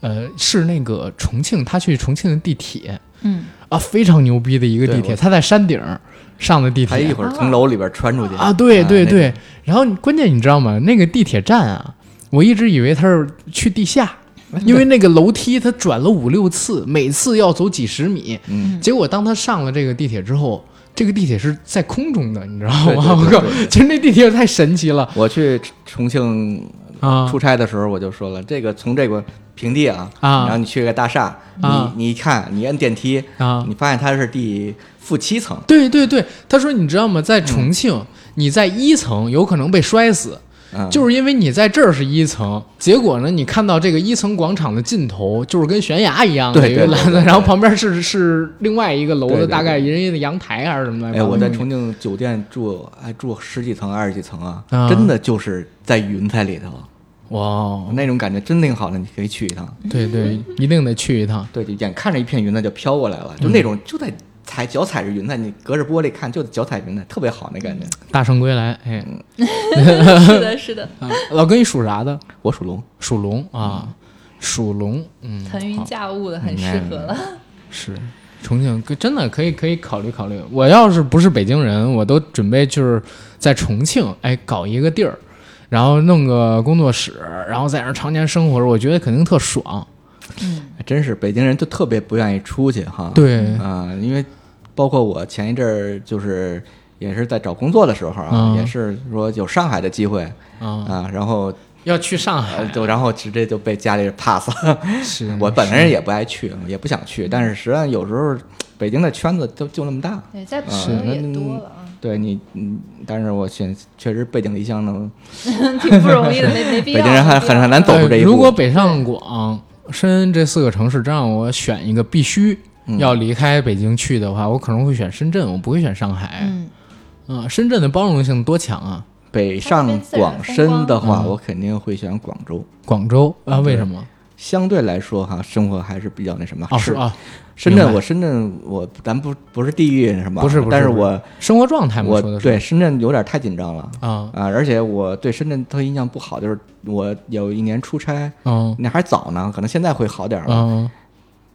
呃，是那个重庆，他去重庆的地铁
嗯，
啊，非常牛逼的一个地
对
铁，
我
他在山顶儿上的地
他一
铁
会儿从楼里边穿出去
啊，对对
那种
对，然后你关键你知道吗？那个地铁站啊，我一直以为他是去地下。
哎
因为那个楼梯它转了五六次，每次要走几十米。
嗯，
结果当他上了这个地铁之后，这个地铁是在空中的，你知道吗？
对对
我
对
靠
对，
其实那地铁太神奇了
我去重庆
啊
出！差的时候，我就说了，这个从这个平地啊，
啊
然后你去个大厦，
啊
你你一看，你摁电梯
啊
你发现它是第负七层，
对对对，他说你知道吗？在重庆，你在一层有可能被摔死，
嗯，
就是因为你在这儿是一层，结果呢，你看到这个一层广场的尽头就是跟悬崖一样的
对
一个
对对
篮子，
对对
然后旁边是是另外一个楼
对
的，
对对
大概人家的阳台还是什么来着？
哎，我在重庆酒店住，还住十几层、二十几层啊，
啊
真的就是在云彩里头，
哇哦，
那种感觉真挺好的，你可以去一趟。
对对，一定得去一趟。
对，就眼看着一片云彩就飘过来
嗯
了，就那种就在踩脚踩着云彩，你隔着玻璃看，就脚踩云彩，特别好那感觉。
大圣归来， 哎，
嗯
是的，是的，
啊、老哥你属啥的？
我属龙，
属龙啊，属龙，嗯，
腾云
好嗯
驾雾的很适合了。
是重庆，可真的可以可以考虑考虑。我要是不是北京人，我都准备就是在重庆，哎，搞一个地儿，然后弄个工作室，然后在那儿常年生活，我觉得肯定特爽。
还真是北京人就特别不愿意出去哈。
对，
啊、因为包括我前一阵儿就是也是在找工作的时候啊，
嗯
也是说有上海的机会
啊，
啊，然后
要去上
呃，
海，
就然后直接就被家里人 pass 了。
嗯是
呃
呃
我本来也不爱去，也不想去，但是实际上有时候北京的圈子就就那么大。
对，
啊
在朋
是
友也
那
多了啊，
对你，嗯，但是我确确实背井离乡呢，
挺不容易的，没没必
北
要。
京人还
没必要
很很难走出这一
哎
步。
如果北上广、深圳这四个城市，真让我选一个必须
嗯
要离开北京去的话，我可能会选深圳，我不会选上海。
嗯，
嗯，深圳的包容性多强啊！
北上广深的话，
嗯
我肯定会选广州。
广州啊，
嗯对
为什么？
相对来说哈，生活还是比较那什么。
啊，是
是
啊，
深圳，
明白
我深圳我咱不不是地域什么，啊
不是不是
但是
不是
我
生活状态嘛，
我
说的是
对深圳有点太紧张了
啊，
啊，而且我对深圳特印象不好，就是我有一年出差，
嗯
那还早呢，可能现在会好点儿了。
嗯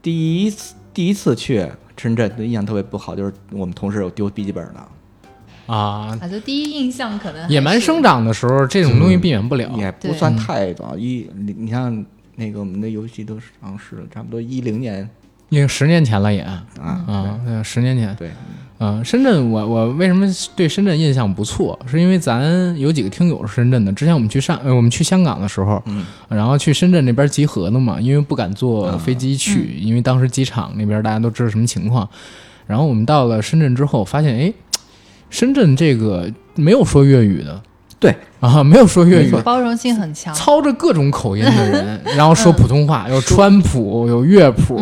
第一次第一次去深圳，印象特别不好，就是我们同事有丢笔记本的，
啊，
啊，就第一印象可能还是
野蛮生长的时候，这种东西避免不了。
也不
对
算太早，一你你像那个我们的游戏都上市了，差不多一零年
因为十年前了也啊，
啊，
那十年前，
对，
嗯，深圳，我我为什么对深圳印象不错，是因为咱有几个听友是深圳的。之前我们去上，呃，我们去香港的时候，
嗯
然后去深圳那边集合的嘛，因为不敢坐飞机去，
嗯
因为当时机场那边大家都知道什么情况。然后我们到了深圳之后，发现哎，深圳这个没有说粤语的，
对
啊，没有说粤
没
语
错，
嗯包容性很强。
操着各种口音的人，然后说普通话，有川普，有粤普，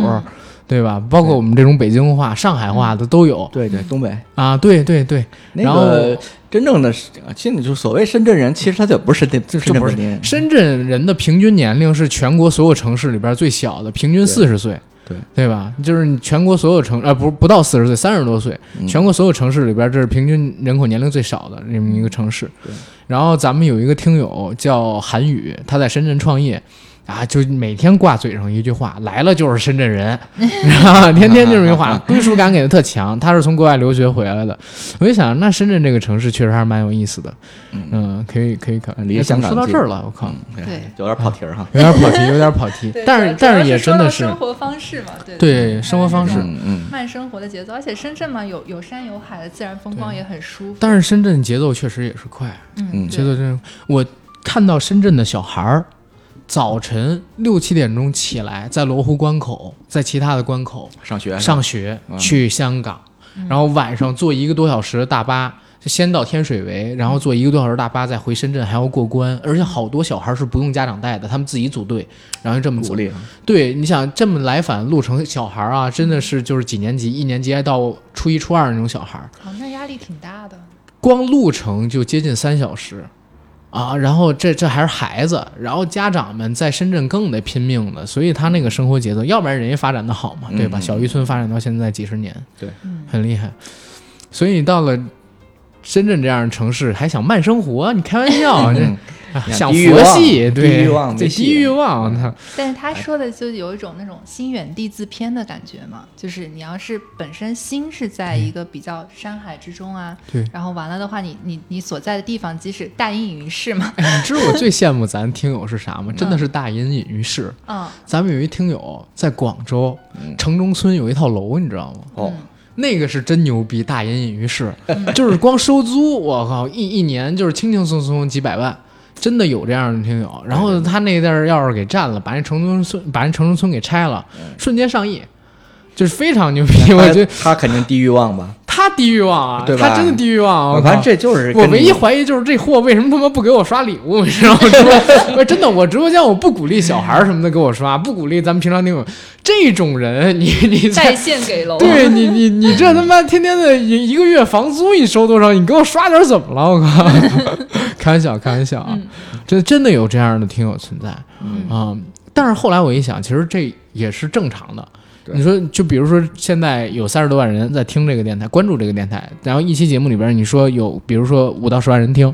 对吧？包括我们这种北京话、上海话的都有
对对，东北
啊。对对对，
那
然
个
后
真正的现在就所谓深圳人，其实他就不是深圳，
这
深
这
圳
不
本
是
地人，
深圳人的平均年龄是全国所有城市里边最小的，平均四十岁，
对
对吧？就是你全国所有城呃不不到四十岁，三十多岁，
嗯
全国所有城市里边这是平均人口年龄最少的这么一个城市
嗯对。
然后咱们有一个听友叫韩宇，他在深圳创业。啊，就每天挂嘴上一句话，来了就是深圳人， 你知道吗？天天就是一句 话，归属感给的特强。他是从国外留学回来的，我就想，那深圳这个城市确实还是蛮有意思的，嗯，可以可以考。
离
哎怎么
香港
说到
近嗯
这儿了，我靠，
对
哎有点跑题儿哈。
有点跑题，有点跑题
对，
但是
主要
但
主要
也
说
真的
到
是
生活方式嘛，对
对生活方式
嗯
嗯嗯，
慢生活的节奏，而且深圳嘛，有有山有海的自然风光也很舒服。
但是深圳节奏确实也是快，
嗯，
嗯
节
对
奏真是。我看到深圳的小孩儿，早晨六七点钟起来，在罗湖关口，在其他的关口
上学
上学
嗯
去香港，然后晚上坐一个多小时的大巴。就先到天水围，然后坐一个多小时大巴再回深圳，还要过关，而且好多小孩儿是不用家长带的，他们自己组队，然后就这么走
鼓。励，
对，你想这么来返路程，小孩儿啊，真的是就是几年级，一年级到初一、初二那种小孩儿，
哦，那压力挺大的。
光路程就接近三小时，啊，然后这这还是孩子，然后家长们在深圳更得拼命了，所以他那个生活节奏，要不然人家发展的好嘛，对吧？
嗯嗯
小渔村发展到现在几十年，
对，
嗯
很厉害。所以到了深圳这样的城市，还想慢生活，你开玩笑，这、
嗯
啊
想
想
地狱
佛
望
系，
地
对，
狱望
这地
没戏嗯
狱望，他
但是他说的就有一种那种心远地自偏的感觉嘛，就是你要是本身心是在一个比较山海之中啊，
对
然后完了的话，你你你所在的地方即使大隐隐于市嘛，
你知道我最羡慕咱听友是啥吗？真的是大隐隐于市。
嗯，
咱们有一听友在广州
嗯
城中村有一套楼，你知道吗？嗯
哦，嗯
那个是真牛逼，大隐隐于市， 就是光收租，我靠，一一年就是轻轻松松几百万，真的有这样的听友。然
哎
后他那地儿要是给占了，把那城中村把那城中村给拆了，
嗯
瞬间上亿，就是非常牛逼。我觉得
他他肯定地狱望吧？
他地狱望啊，
对吧
他真的地狱望啊！我靠
反正这就是
我
跟
唯
你
一怀疑就是这货为什么他妈不给我刷礼物，你知道吗？ 我我真的，我直播间我不鼓励小孩儿什么的给我刷，不鼓励咱们平常那种这种人，你你
在
在。
线给 楼，
对你，你你这他妈天天的一一个月房租你收多少？你给我刷点儿怎么了？我靠！开玩笑，开玩笑啊！这真的有这样的听友存在啊、
嗯
但是后来我一想，其实这也是正常的。
对
你说，就比如说现在有三十多万人在听这个电台，关注这个电台，然后一期节目里边，你说有，比如说五到十万人听，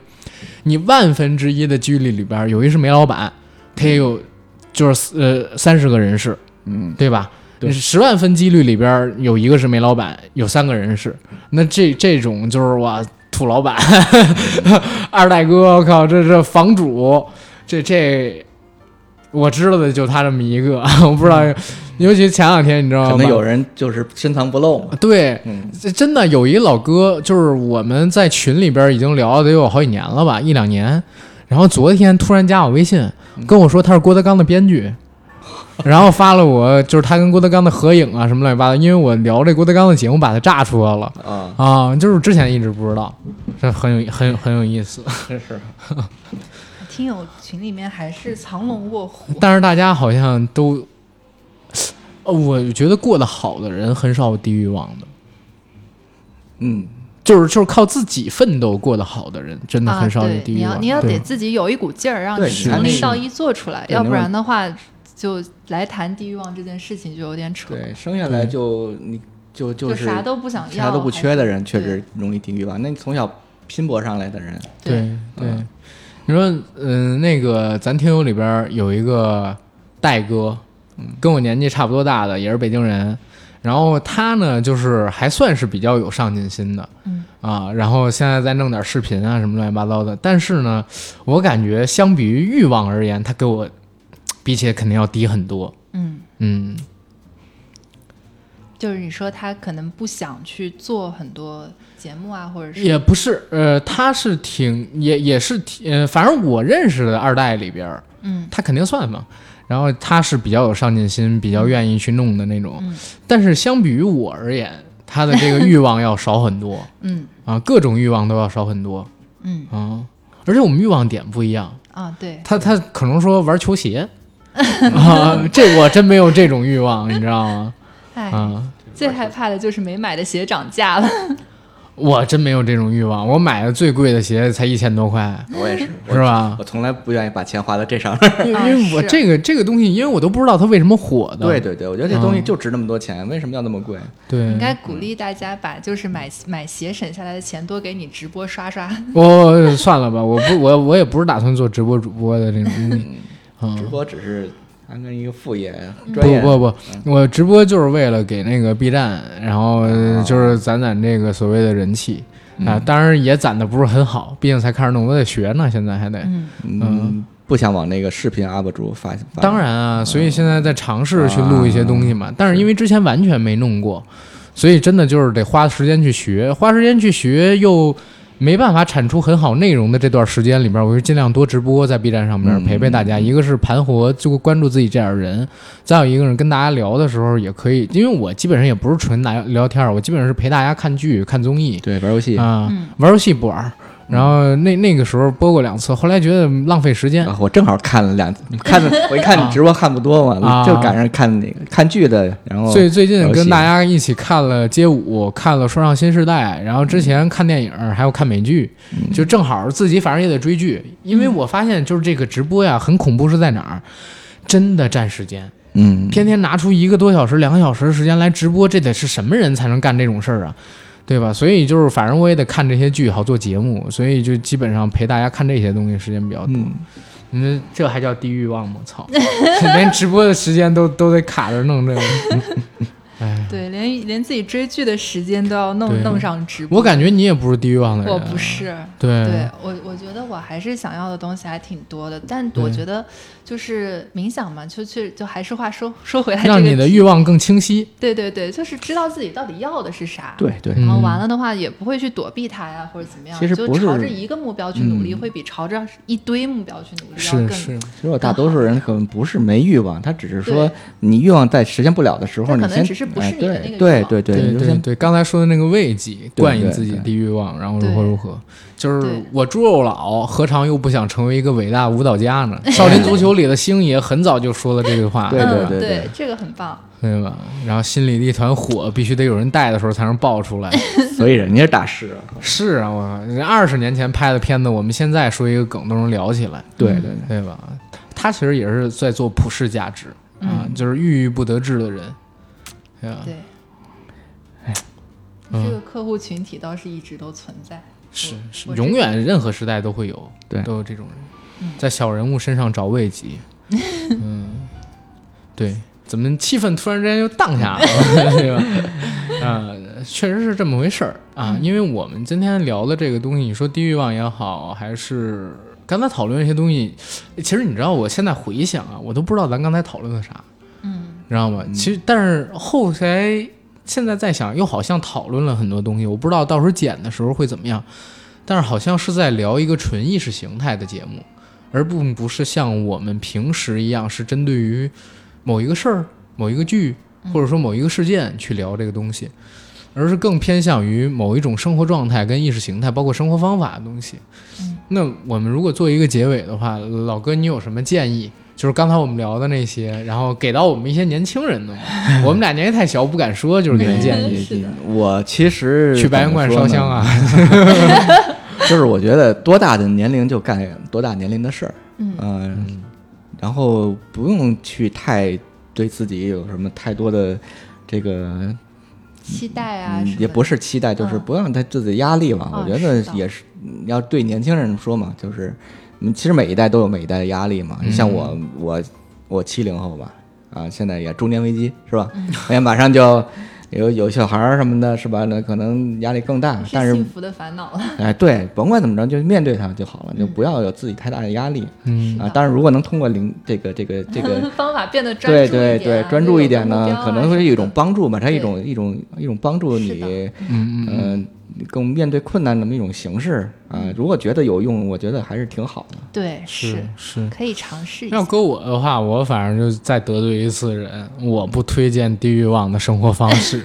你万分之一的几率里边，有一是煤老板，他也有就是呃三十个人是，
嗯，
对吧？
对
十万分几率里边儿有一个是煤老板，有三个人是。
嗯
那这这种就是哇，土老板、 二代哥，我靠，这这房主，这这我知道的就他这么一个，我不知道。尤其前两天你知道吗？
嗯可能有人就是深藏不露嘛。
啊对，
嗯
这真的有一老哥，就是我们在群里边已经聊了得有好几年了吧，一两年。然后昨天突然加我微信，跟我说他是郭德纲的编剧，然后发了我就是他跟郭德纲的合影啊什么乱七八糟，因为我聊这郭德纲的节目把他炸出来了
啊，
啊，就是之前一直不知道，这很有很有很有意思。
真是
听友群里面还是藏龙卧虎，
但是大家好像都，呃，我觉得过得好的人很少有地域望的，
嗯，
就是就是靠自己奋斗过得好的人，真的很少
啊、
有
对
地
你
域望。
要你要
对
得自己有一股劲儿，让
对
你
你
能
看
力
那
到一做出来，
对
要
那
不
会儿
然的话，就来谈地狱望这件事情就有点扯，
对，生下来就你就
就
就是
啥都不想要，
啥都不缺的人，
还是
确实容易地狱望。那你从小拼搏上来的人，
对
对对，你说，嗯、那个咱听友里边儿有一个戴哥，嗯跟我年纪差不多大的，也是北京人。然后他呢，就是还算是比较有上进心的，
嗯
啊，然后现在在弄点视频啊什么乱七八糟的。但是呢，我感觉相比于欲望而言，他给我比起来肯定要低很多。
嗯，
嗯，
就是你说他可能不想去做很多节目啊，或者是
也不是，呃，他是挺也也是挺，呃，反正我认识的二代里边儿，
嗯
他肯定算嘛。然后他是比较有上进心，比较愿意去弄的那种。
嗯
但是相比于我而言，他的这个欲望要少很多
嗯
啊，各种欲望都要少很多
嗯
啊。而且我们欲望点不一样，
啊，对，
他他可 能说玩球鞋啊，这我真没有这种欲望，你知道吗？
哎，
啊。
最害怕的就是没买的鞋涨价了。
嗯我真没有这种欲望，我买的最贵的鞋才一千多块，
我也是，我
嗯
是？吧？
我从来不愿意把钱花在这上 面。
因
啊
为因为我
是
这个这个东西，因为我都不知道它为什么火的。
对对对，我觉得这东
嗯
西就值那么多钱，为什么要那么贵？
对
应，该鼓
嗯
励大家把就是买买鞋省下来的钱多给你直播刷刷。
我算了吧，我不我我也不是打算做直播主播的这种东西。
直
嗯，
播只是当成一个副业，
嗯
专业嗯
不不不，我直播就是为了给那个 B 站，然后
哦
呃就是攒攒这个所谓的人气啊，
嗯
当然也攒的不是很好，毕竟才开始弄，我得学呢，现在还得。
嗯，
嗯，不想往那个视频 UP 主发。发
当，然啊，所以现在在尝试去录一些东西嘛，
嗯
但是因为之前完全没弄过，所以真的就是得花时间去学，花时间去学又没办法产出很好内容的这段时间里边，我就尽量多直播在 B 站上面
嗯
陪陪大家。一个是盘活，就关注自己这样的人；再有一个是跟大家聊的时候也可以，因为我基本上也不是纯聊聊天儿，我基本上是陪大家看剧、看综艺
对，玩游戏，
啊、
嗯
玩游戏不玩儿。然后那那个时候播过两次，后来觉得浪费时间，
啊，我正好看了两，
嗯
看了，我一看你直播看不多
啊
嘛，就赶上看那个看剧的，然后
最最近
游
跟
戏
大家一起看了街舞，看了《说唱新时代》，然后
嗯
之前看电影，还有看美剧，就正好自己反正也得追剧，因为
嗯
我发现就是这个直播呀，很恐怖是在哪儿？真的占时间，
嗯，
天天拿出一个多小时、两个小时的时间来直播，这得是什么人才能干这种事儿啊？对吧？所以就是，反正我也得看这些剧，好做节目，所以就基本上陪大家看这些东西时间比较多。
嗯，
你这这还叫低欲望吗？操， 连直播的时间都都得卡着弄这个。
对，连连自己追剧的时间都要弄
对
弄上直播。
我感觉你啊嗯也不是地狱王的人，
我不，是，
对
对我我觉得我还是想要的东西还挺多的，但我
对
觉得就是冥想嘛，就去就还是话说说回来，
让你的欲，望更清晰。
对对对，就是知道自己到底要的是啥。
对对，
然
嗯
后完了的话，也不会去躲避它呀，或者怎么样，
其实
就
不
朝
是
着一个目标去努力，
嗯
会比朝着一堆目标去努力要
是
更
是，
其实我大多数人可能不是没欲望，他只是说
对
你欲望在实现不了的时候，
他可
你
能
先
只是不是
哎
你的那个欲
对
望
对对
对
你就
对
先
对，刚才说的那个慰藉，
对
灌饮
对
自己
对
低欲望，然后如何
对
如何，就是
对
我猪肉佬何尝又不想成为一个伟大舞蹈家 呢？少林足球里的星爷很早就说了这句话，
对
嗯，
对对对啊
这个很棒。
对吧？然后心里的一团火，必须得有人带的时候才能爆出 来。
所以人家是大师啊，
是啊，我人二十年前拍的片子，我们现在说一个梗都能聊起来。
对对对，
对
嗯
吧？他其实也是在做普世价值、啊，就是郁郁不得志的人，对吧？
对，
哎
嗯
这个客户群体倒是一直都存在。
嗯
是是，
嗯我嗯
永远任何时代都会有，
对
都有这种人，在小人物身上找慰 藉。嗯，对，怎么气氛突然之间就荡下来 了，对吧？啊，确实是这么回事儿啊，
嗯
因为我们今天聊的这个东西，你说低欲望也好，还是刚才讨论一些东西，其实你知道，我现在回想啊，我都不知道咱刚才讨论的啥。
嗯，
你知道吗？其实，但是后来现在在想，又好像讨论了很多东西，我不知道到时候剪的时候会怎么样，但是好像是在聊一个纯意识形态的节目，而并不是像我们平时一样是针对于某一个事儿、某一个剧，或者说某一个事件去聊这个东西，而是更偏向于某一种生活状态跟意识形态，包括生活方法的东西。那我们如果做一个结尾的话，老哥，你有什么建议？就是刚才我们聊的那些，然后给到我们一些年轻人的嘛，我们俩年纪太小，不敢说，就是给人建议
嗯是的
我其实
去白云观烧香啊，
就是我觉得多大的年龄就干多大年龄的事儿，
嗯
嗯，然后不用去太对自己有什么太多的这个，
期待啊，
嗯，也不
是
是期待，就是
嗯
不让他自己压力嘛。
啊
我觉得
是的
也是嗯要对年轻人说嘛，就是嗯，其实每一代都有每一代的压力嘛。
嗯
像我，我，我七零后吧，啊，现在也中年危机是吧？
嗯
哎呀，马上就有有小孩儿什么的，是吧？那可能压力更大
的，
啊但
是
是
幸福的烦恼了。，
哎，对，甭管怎么着，就面对它就好了，就不要有自己太大的压力、
嗯
啊。当然，如果能通过零这个这个这个
方法变得专注
对
一点啊，
对对，专
有
注
个
一点
目标
呢，
啊
可能会有一种
什么
帮助吧，它一
对
种一种一种帮助
是
你，
嗯嗯
嗯、更面对困难的那么一种形式啊。
嗯
如果觉得有用，我觉得还是挺好的。
的，对，是
是。
可以尝试一下
要。搁我的话，我反正就再得罪一次人，我不推荐低欲望的生活方 式，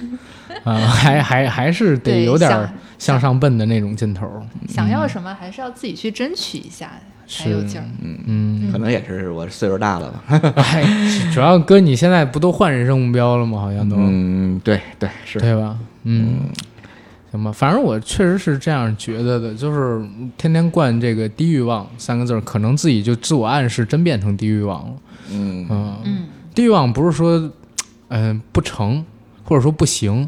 啊、还还还是得
对
有点
想
儿向上奔的那种劲头儿。
嗯
想要什么还是要自己去争取一下，才有劲儿。
嗯，
可能也是我岁数大了吧。
哎，主要哥你现在不都换人生目标了吗？好像都，
嗯，对对是，
对吧？嗯，行吧，反正我确实是这样觉得的，就是天天灌这个低欲望三个字儿，可能自己就自我暗示真变成低欲望了。
嗯
嗯，
嗯，
低欲望不是说，嗯、不成或者说不行，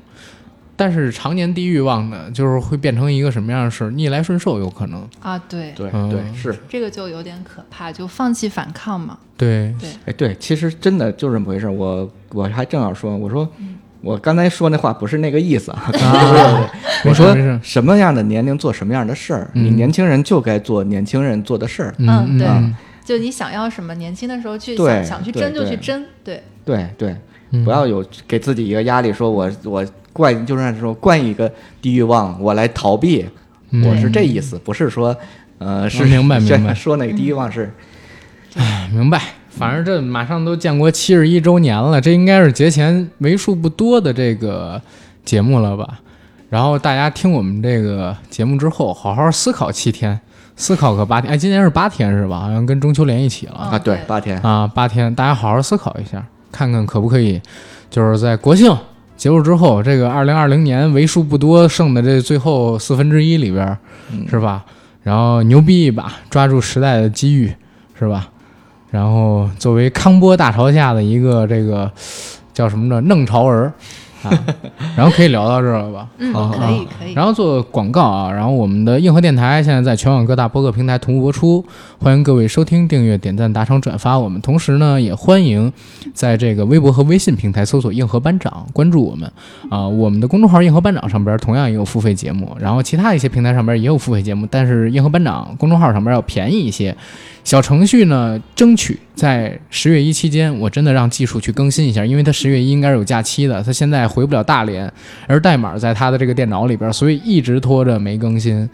但是常年低欲望呢，就是会变成一个什么样的事儿？逆来顺受有可能。
啊，对，
对
嗯
对是，
这个就有点可怕，就放弃反抗嘛。
对，
哎对，其实真的就这么回事儿。我我还正要说，我说
嗯
我刚才说那话不是那个意思啊。
啊，没
我
事
说
没事
什么样的年龄做什么样的事儿，你年轻人就该做年轻人做的事儿。
嗯，对
嗯，
就你想要什么，年轻的时候去
对
想想去争
对
就去
对
争，对，
对对，
嗯
不要有给自己一个压力，说我我惯就是那种惯一个低欲望，我来逃避，
嗯
我是这意思，不是说呃是
明白明白
说那个低欲望是
明白。反正这马上都建国七十一周年了，这应该是节前为数不多的这个节目了吧？然后大家听我们这个节目之后，好好思考七天，思考个八天。哎，今年是八天是吧？好像跟中秋连一起了
嗯
啊，对
对，
八天，
啊，八天，大家好好思考一下，看看可不可以，就是在国庆结束之后，这个二零二零年为数不多剩的这最后四分之一里边儿，是吧？然后牛逼一把，抓住时代的机遇，是吧？然后作为康波大潮下的一个这个叫什么呢？弄潮儿啊， 然后可以聊到这儿了吧？
嗯，
好
可以可以，
然后做广告啊，然后我们的硬核电台现在在全网各大播客平台同步播出，欢迎各位收听、订阅、点赞、打赏、转发。我们同时呢，也欢迎在这个微博和微信平台搜索“硬核班长”关注我们啊、我们的公众号“硬核班长”上边同样也有付费节目，然后其他一些平台上边也有付费节目，但是“硬核班长”公众号上边要便宜一些。小程序呢，争取在十月一期间，我真的让技术去更新一下，因为它十月一应该是有假期的，它现在回不了大连，而代码在他的这个电脑里边，所以一直拖着没更新。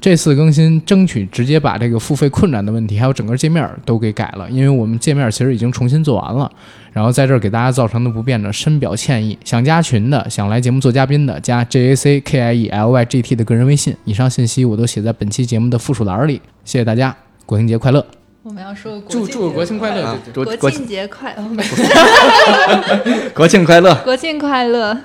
这次更新争取直接把这个付费困难的问题，还有整个界面都给改了，因为我们界面其实已经重新做完了。然后在这儿给大家造成的不便呢，深表歉意。想加群的，想来节目做嘉宾的，加 J A C K I E L Y G T 的个人微信。以上信息我都写在本期节目的附属栏里。谢谢大家，国庆节快乐！
我们要说国
祝
庆
祝
节
国庆快乐！
啊
对对
国
国
国
庆节快，哦没
国庆快乐。
国庆快乐。